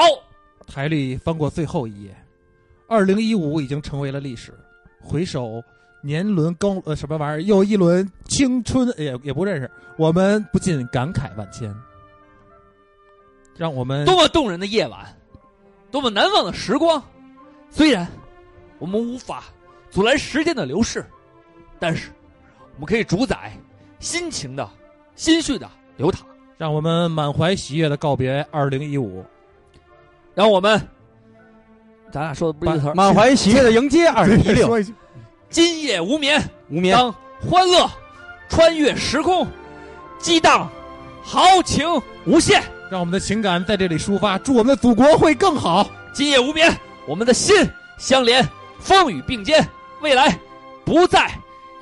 台历翻过最后一页，二零一五已经成为了历史。回首年轮更呃什么玩意儿，又一轮青春也也不认识，我们不禁感慨万千。让我们多么动人的夜晚，多么难忘的时光。虽然我们无法阻拦时间的流逝，但是我们可以主宰心情的、心绪的流淌。让我们满怀喜悦的告别二零一五，让我们，咱俩说的不是一个词儿。满怀喜悦的迎接二零 *laughs* 一六说一句今夜无眠，无眠。当欢乐穿越时空，激荡豪情无限。 *laughs* 让我们的情感在这里抒发，祝我们的祖国会更好。今夜无眠，我们的心相连，风雨并肩，未来不再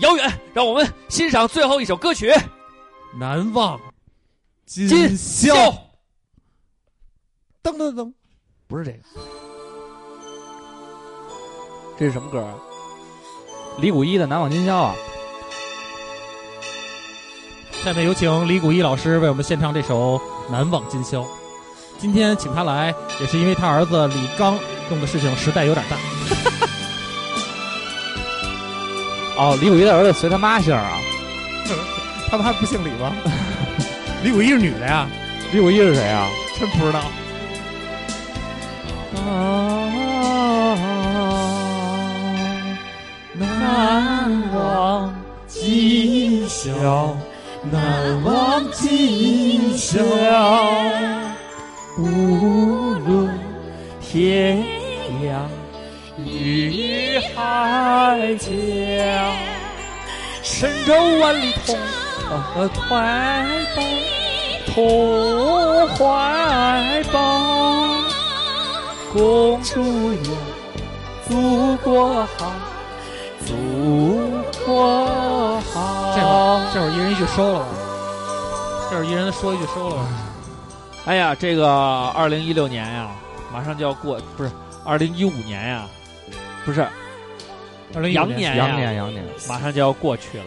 遥远。让我们欣赏最后一首歌曲《难忘今宵》。宵噔噔噔，不是这个，这是什么歌啊？李谷一的《难忘今宵》啊，下面有请李谷一老师为我们献唱这首《难忘今宵》。今天请他来，也是因为他儿子李刚弄的事情实在有点大。哦，李谷一的儿子随他妈姓儿 *laughs* 啊。他妈不姓李 *laughs* 吗？李谷一是女的呀？李谷一是谁啊？真不知道。难忘今宵，难忘今宵。无论天涯与海角，神州万里同呃怀抱，同怀抱。共祝愿祖国好，祖国好。这会儿这会儿一人一句收了吧，这会儿一人说一句收了吧。哎呀，这个二零一六年呀、马上就要过，不是二零一五年呀、不是二零一羊年，年呀羊年，羊年。马上就要过去了，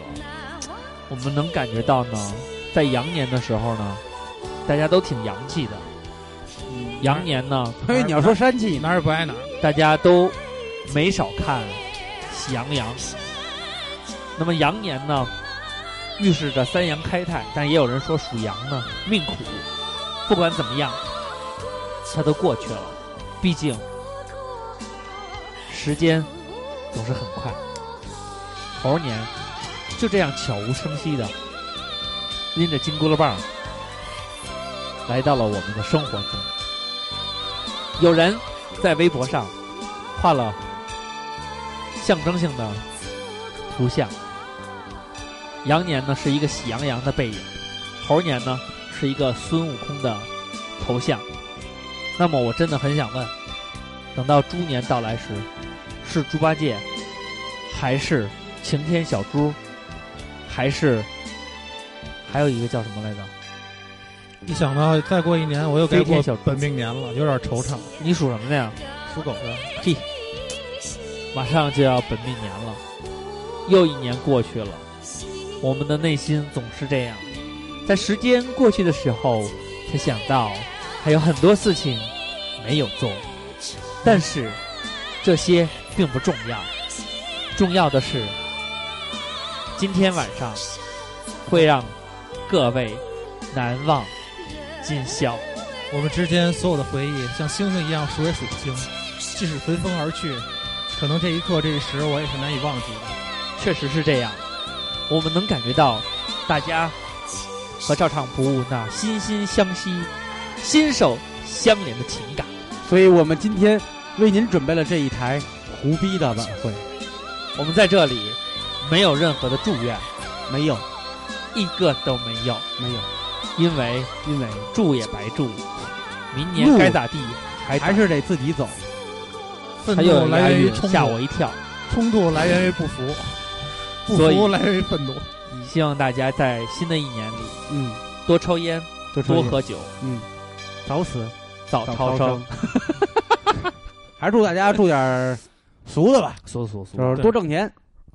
我们能感觉到呢，在羊年的时候呢，大家都挺洋气的。嗯羊年呢，因为你要说山气呢，哪儿也不挨哪儿。大家都没少看喜羊羊。那么羊年呢，预示着三羊开泰，但也有人说属羊呢命苦。不管怎么样，它都过去了，毕竟时间总是很快。猴年就这样悄无声息的拎着金箍棒儿来到了我们的生活中。有人在微博上画了象征性的图像。羊年呢是一个喜羊羊的背影，猴年呢是一个孙悟空的头像。那么我真的很想问，等到猪年到来时，是猪八戒，还是擎天小猪，还是还有一个叫什么来着？一想到再过一年我又该飞天过小猪本命年了，有点惆怅。你属什么的呀？属狗的，马上就要本命年了，又一年过去了，我们的内心总是这样，在时间过去的时候，才想到还有很多事情没有做，但是这些并不重要，重要的是今天晚上会让各位难忘今宵。我们之间所有的回忆像星星一样数也数不清，即使随风而去，可能这一刻这一时我也是难以忘记的。确实是这样，我们能感觉到大家和照唱不误那心心相惜、心手相连的情感。所以我们今天为您准备了这一台胡逼的晚会，我们在这里没有任何的祝愿，没有，一个都没有，没有，因为因为住也白住，明年该咋地还咋还是得自己走。愤还有怒来源于冲吓我突，一跳。冲突来源于不服，不所以服来源于愤怒。希望大家在新的一年里嗯，多抽烟，就多说喝酒，嗯，早死早早超生生。。 *laughs* 还是祝大家住点儿俗的吧，俗俗俗，就是多挣钱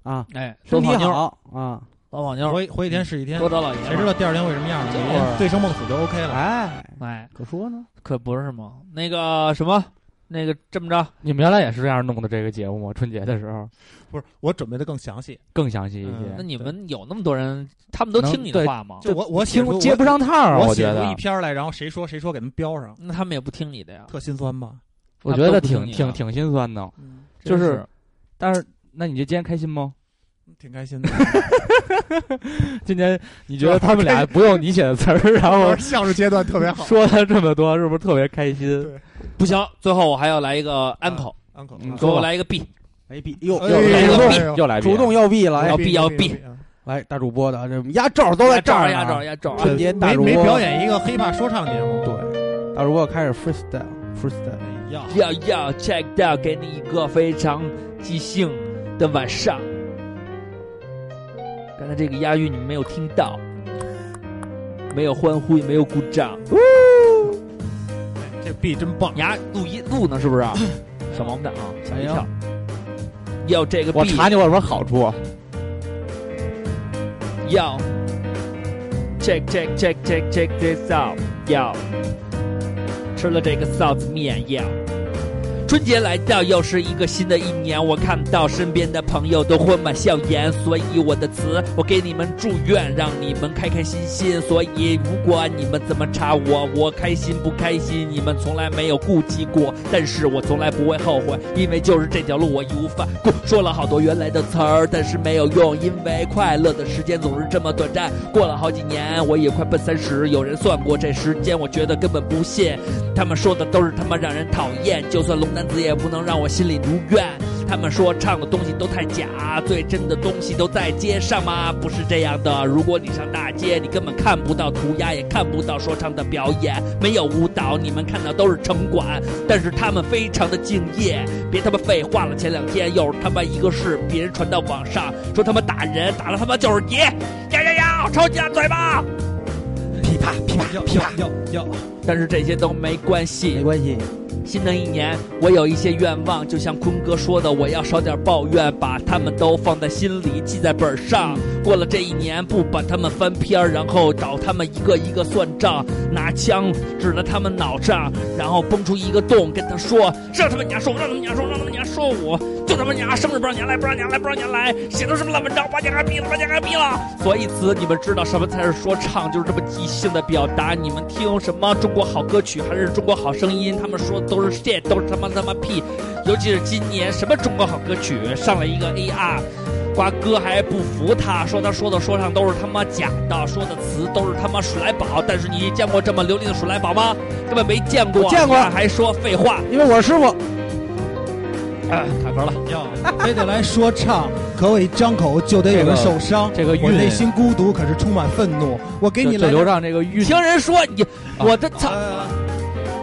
啊，哎，多身体泡妞，好啊，多泡妞，活一活一天是一天，多找老爷们儿谁知道第二天会什么样呢？这每会儿天醉生梦死就 OK 了。哎，哎，可说呢，可不是吗？那个什么，那个这么着，你们原来也是这样弄的这个节目吗？春节的时候不是，我准备的更详细，更详细一些。嗯那你们有那么多人，他们都听你的能话吗？就我我写出听接不上趟我儿，啊我我写觉出一得篇儿来，然后谁说谁说给他们标上，那他们也不听你的呀。特心酸吧？我觉得他挺们都不听你的嗯挺挺心酸的。真就是但是，那你就今天开心吗？挺开心的， *laughs* 今天 *laughs* 你觉得他们俩不用你写的 *laughs* 词儿，然后我相声阶段特别好。说了这么多，是不是特别开心对？不行，最后我还要来一个 uncle， *laughs* 安可，嗯给我说吧来一个 B，没啊闭，又哎又呦来一了个哎币呦又来主动要闭了，哎要，闭要闭，啊来大主播的这压轴都在这儿呢压轴压轴压轴啊！春节大没主播没表演一个黑怕说唱节目，对，大主播开始 freestyle freestyle，哎呀，要要 check out，给你一个非常即兴的晚上。刚才这个押韵你们没有听到，没有欢呼，也没有鼓掌。这 B 真棒你，还录音录呢是不是？小王八蛋啊，吓我一跳！要这个 B，我查你有什么好处？要 check check check check check this out，要吃了这个臊子面要。春节来到，又是一个新的一年。我看到身边的朋友都混满笑颜，所以我的词，我给你们祝愿，让你们开开心心。所以，如果你们怎么查我，我开心不开心，你们从来没有顾及过。但是我从来不会后悔，因为就是这条路我义无反顾。说了好多原来的词儿，但是没有用，因为快乐的时间总是这么短暂。过了好几年，我也快奔三十，有人算过这时间，我觉得根本不屑。他们说的都是他妈让人讨厌，就算龙丹子也不能让我心里如愿。他们说唱的东西都太假，最真的东西都在街上吗？不是这样的。如果你上啊大街，你根本看不到涂鸦，也看不到说唱的表演，没有舞蹈，你们看到都是城管。但是他们非常的敬业，别他妈废话了。前两天又是他妈一个视频传到网上，说他妈打人，打了他妈就是你，呀呀呀，抽你大嘴巴！噼啪噼啪要噼要啪，要要，但是这些都没关系，没关系，新的一年，我有一些愿望，就像坤哥说的，我要少点抱怨，把他们都放在心里，记在本上。过了这一年，不把他们翻篇儿，然后找他们一个一个算账，拿枪指着他们脑上，然后崩出一个洞，跟他说：“让他们家说我，让他们家说，让他们家说我，就他们家生日不让你来，不让你来，不让你来，写的什么烂文章，把你给毙了，把你给毙了。”所以词，你们知道什么才是说唱，就是这么即兴的表达。你们听什么中国好歌曲，还是中国好声音？他们说都是 shit，都是他妈他妈屁。尤其是今年什么中国好歌曲上了一个 AR，瓜哥还不服他，说他说的说唱都是他妈假的，说的词都是他妈鼠来宝。但是你见过这么流利的鼠来宝吗？根本没见过，我见过还说废话。因为我是师傅，啊，卡壳了。要非得来说唱，可我一张口就得有人受伤。这个我内韵，心孤独，可是充满愤怒。我给就你就来刘畅这个韵，听人说你，我的啊操！呃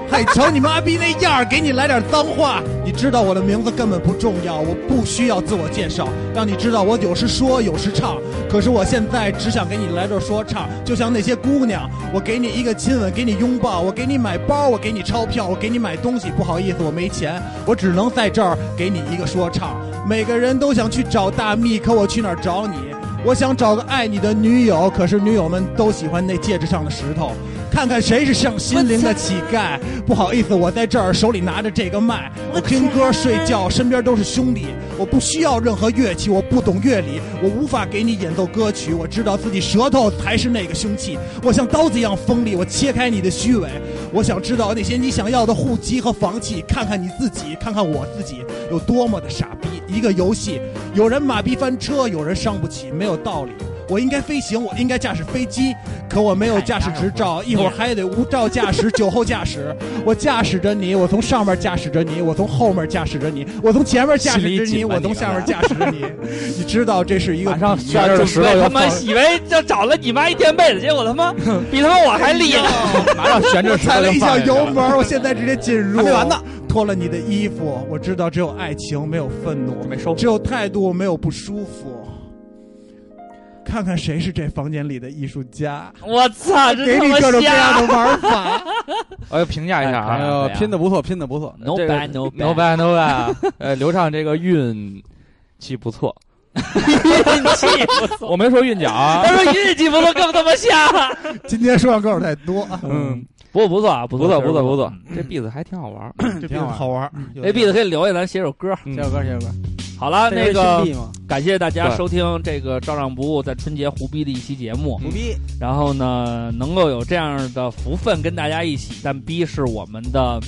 嗨，瞧你们阿逼那样儿，给你来点脏话。你知道我的名字根本不重要，我不需要自我介绍，让你知道我有时说有时唱。可是我现在只想给你来段说唱，就像那些姑娘，我给你一个亲吻，给你拥抱，我给你买包，我给你钞票，我给你买东西。不好意思，我没钱，我只能在这儿给你一个说唱。每个人都想去找大蜜，可我去哪儿找你？我想找个爱你的女友，可是女友们都喜欢那戒指上的石头。看看谁是上心灵的乞丐。不好意思，我在这儿手里拿着这个麦，我听歌睡觉，身边都是兄弟。我不需要任何乐器，我不懂乐理，我无法给你演奏歌曲。我知道自己舌头才是那个凶器，我像刀子一样锋利，我切开你的虚伪。我想知道那些你想要的户籍和房契，看看你自己，看看我自己有多么的傻逼。一个游戏，有人马逼翻车，有人伤不起，没有道理。我应该飞行，我应该驾驶飞机，可我没有驾驶执照，一会儿还得无照驾驶、酒后驾驶。我驾驶着你，我从上面驾驶着你，我从后面驾驶着你，我从前面驾驶着你，我从下面驾驶着你。 *laughs* 你知道这是一个马上比喻下这的石头对要他妈放，以为这找了你妈一天被子，结果他妈比他妈我还厉害。 *laughs* 马上悬着石踩头了就一脚放下去油了。门，我现在直接进入。还没完呢，脱了你的衣服，我知道只有爱情，没有愤怒，没收只有态度，没有不舒服。看看谁是这房间里的艺术家，我操，这给他你妈各种各瞎样的 *laughs* 玩法。我要评价一下啊，哎呦，拼的不错，拼的不错。 ！No 这个 bad no no bad no bad，呃， *laughs* 刘畅这个运气不错，运气，我没说运脚啊，他说运气不错，更他妈瞎。今天说唱歌手太多，啊嗯，不过不错啊，不不错不错错。不错，嗯这嗯币子还挺好玩儿。这挺好玩。 A B 的可以留下来写首歌。嗯这首歌，这首歌，好了，那这个是兄弟嘛，感谢大家对收听这个照让不误在春节胡逼的一期节目。不逼，然后呢，能够有这样的福分跟大家一起，但逼是我们的，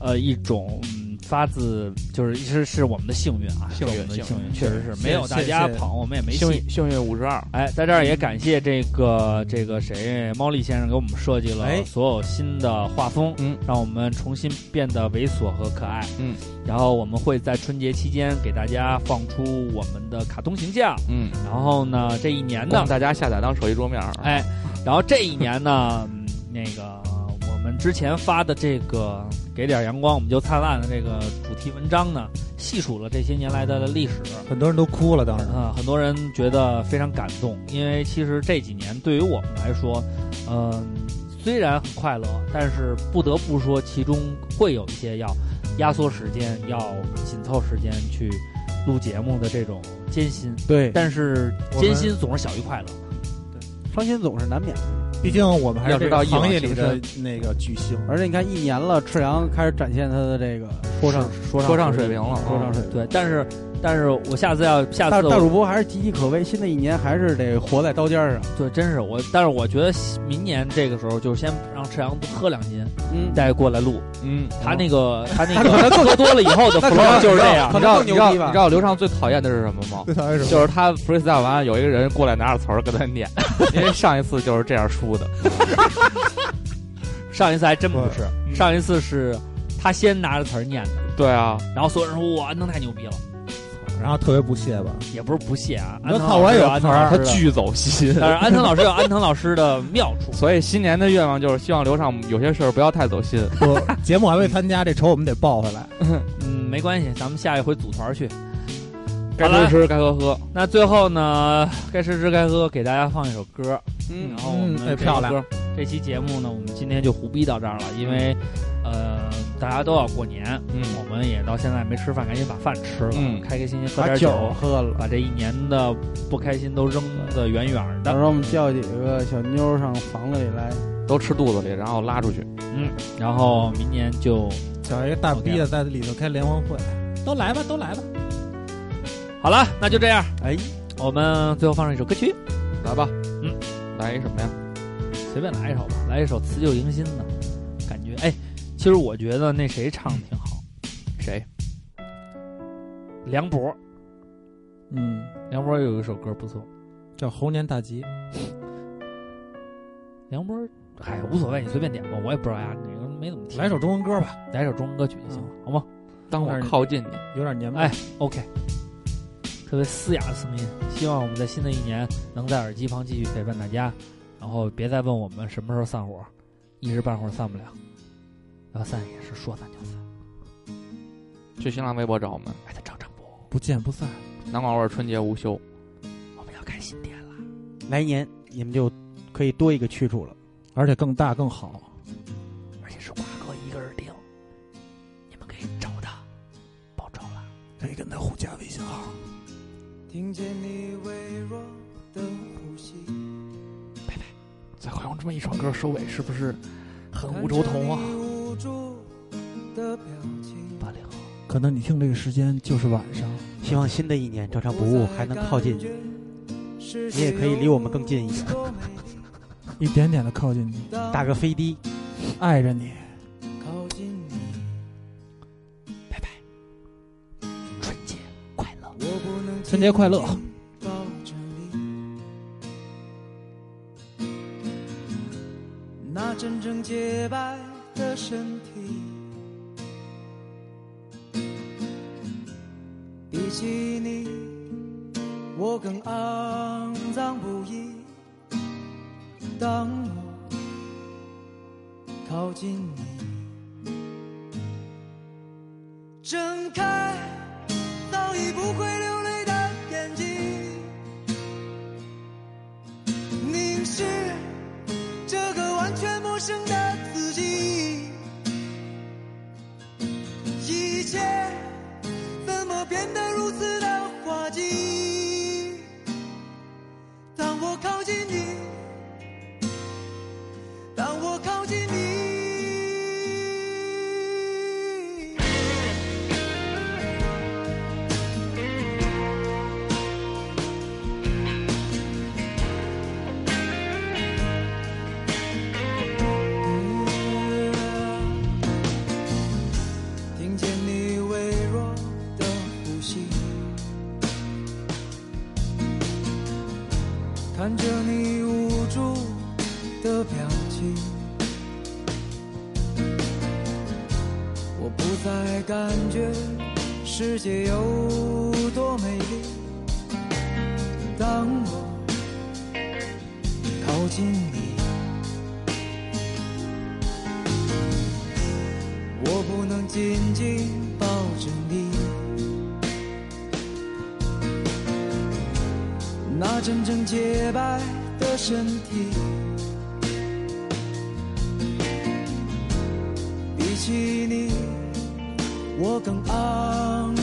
呃，一种嗯发自就是是是我们的幸运啊，幸运是我们的幸幸运运，确实是谢谢没有大家谢谢捧我们也没戏幸。运幸运五十二，哎，在这儿也感谢这个这个谁猫力先生给我们设计哎了所有新的画风，嗯，让我们重新变得猥琐和可爱，嗯，然后我们会在春节期间给大家放出我们的卡通形象，嗯，然后呢，这一年呢让，大家下载当手机桌面儿。哎，然后这一年呢，嗯那个我们之前发的这个“给点阳光我们就灿烂”的这个主题文章呢，细数了这些年来的历史。很多人都哭了，当时。啊、很多人觉得非常感动，因为其实这几年对于我们来说，嗯、虽然很快乐，但是不得不说，其中会有一些要压缩时间、要紧凑时间去录节目的这种艰辛。对，但是我们艰辛总是小于快乐。伤心总是难免的。毕竟我们还是要知道这个行业一往里情的那个巨星。而且你看，一年了，赤阳开始展现他的这个说唱说说唱水平了说唱水平。啊对，但是但是我下次要下大次大我主播还是岌岌可危，新的一年还是得活在刀尖上。对，真是我，但是我觉得明年这个时候就先让赤阳多喝两斤，嗯，再过来录。嗯，他那个他那个喝多了以后的那可 flow 能就是这样。 *laughs* 你可知能道更你牛知道逼你吧知？道刘畅最讨厌的是什么吗？最讨厌什么？就是他 freestyle 完，有一个人过来拿着词儿跟他 *laughs* 念，因为上一次就是这样输的。上一次还真不是，上一次是他先拿着词儿念的，对啊，然后所有人说哇安藤太牛逼了，然后特别不屑吧？也不是不屑啊，你安说藤看老我师有有安藤词儿老他师的，巨走心。。但是安藤老师有安藤老师的妙处所以新年的愿望就是希望刘畅有些事儿不要太走心。 *laughs* 不，节目还没参加，这仇我们得报回来。嗯，没关系，咱们下一回组团儿去。该好了吃吃，该喝喝。那最后呢，该吃吃该喝，给大家放一首歌，嗯然，后我们嗯这哎漂亮歌这期节目呢，我们今天就胡逼到这儿了，因为呃大家都要过年，嗯我们也到现在没吃饭，赶紧把饭吃了，嗯开开心心喝把点酒喝了。把这一年的不开心都扔得远远到时的。候我们叫几个小妞儿上房子里来，嗯都吃肚子里，然后拉出去。嗯，然后明年就找一个大逼的在里头开联欢会，都来吧，都来吧。好了，那就这样。哎，我们最后放上一首歌曲，来吧，嗯，来一什么呀？随便来一首吧，来一首辞旧迎新的，感觉哎，其实我觉得那谁唱的挺好，谁？梁博，嗯，梁博有一首歌不错，叫猴年大吉。 *laughs* 梁博，哎，无所谓，你随便点吧，我也不知道呀，你们没怎么听，来首中文歌吧，嗯来首中文歌曲就行了，好吗当我靠近你，有点年味。哎？OK，特别嘶哑的声音，希望我们在新的一年能在耳机旁继续陪伴大家，然后别再问我们什么时候散伙，一时半会儿散不了，要散也是说散就散，去新浪微博找我们。还得找张博，不见不散。南广味春节无休，我们要开新店了，来年你们就可以多一个去处了。而且更大更好。而且是瓜哥一个人定，你们可以找他报仇了。可以跟他互加微信号。听见你微弱的呼吸，拜拜。再好用这么一首歌收尾，是不是很无周同啊？八零后，可能你听这个时间就是晚上。希望新的一年照常不误，还能靠近你，你也可以离我们更近一点，一点点的靠近你，打个飞的。爱着你。春节快乐。春节快乐！那真正洁白的身体，比起你，我更肮脏不已。当我靠近你，睁开早已不会流泪的眼睛，凝视。这个完全陌生的自己，一切怎么变得如此的滑稽？当我靠近你，当我靠近你。听见你微弱的呼吸，看着你无助的表情，我不再感觉世界有多美丽。当我靠近你。我不能紧紧抱着你，那真正洁白的身体，比起你，我更肮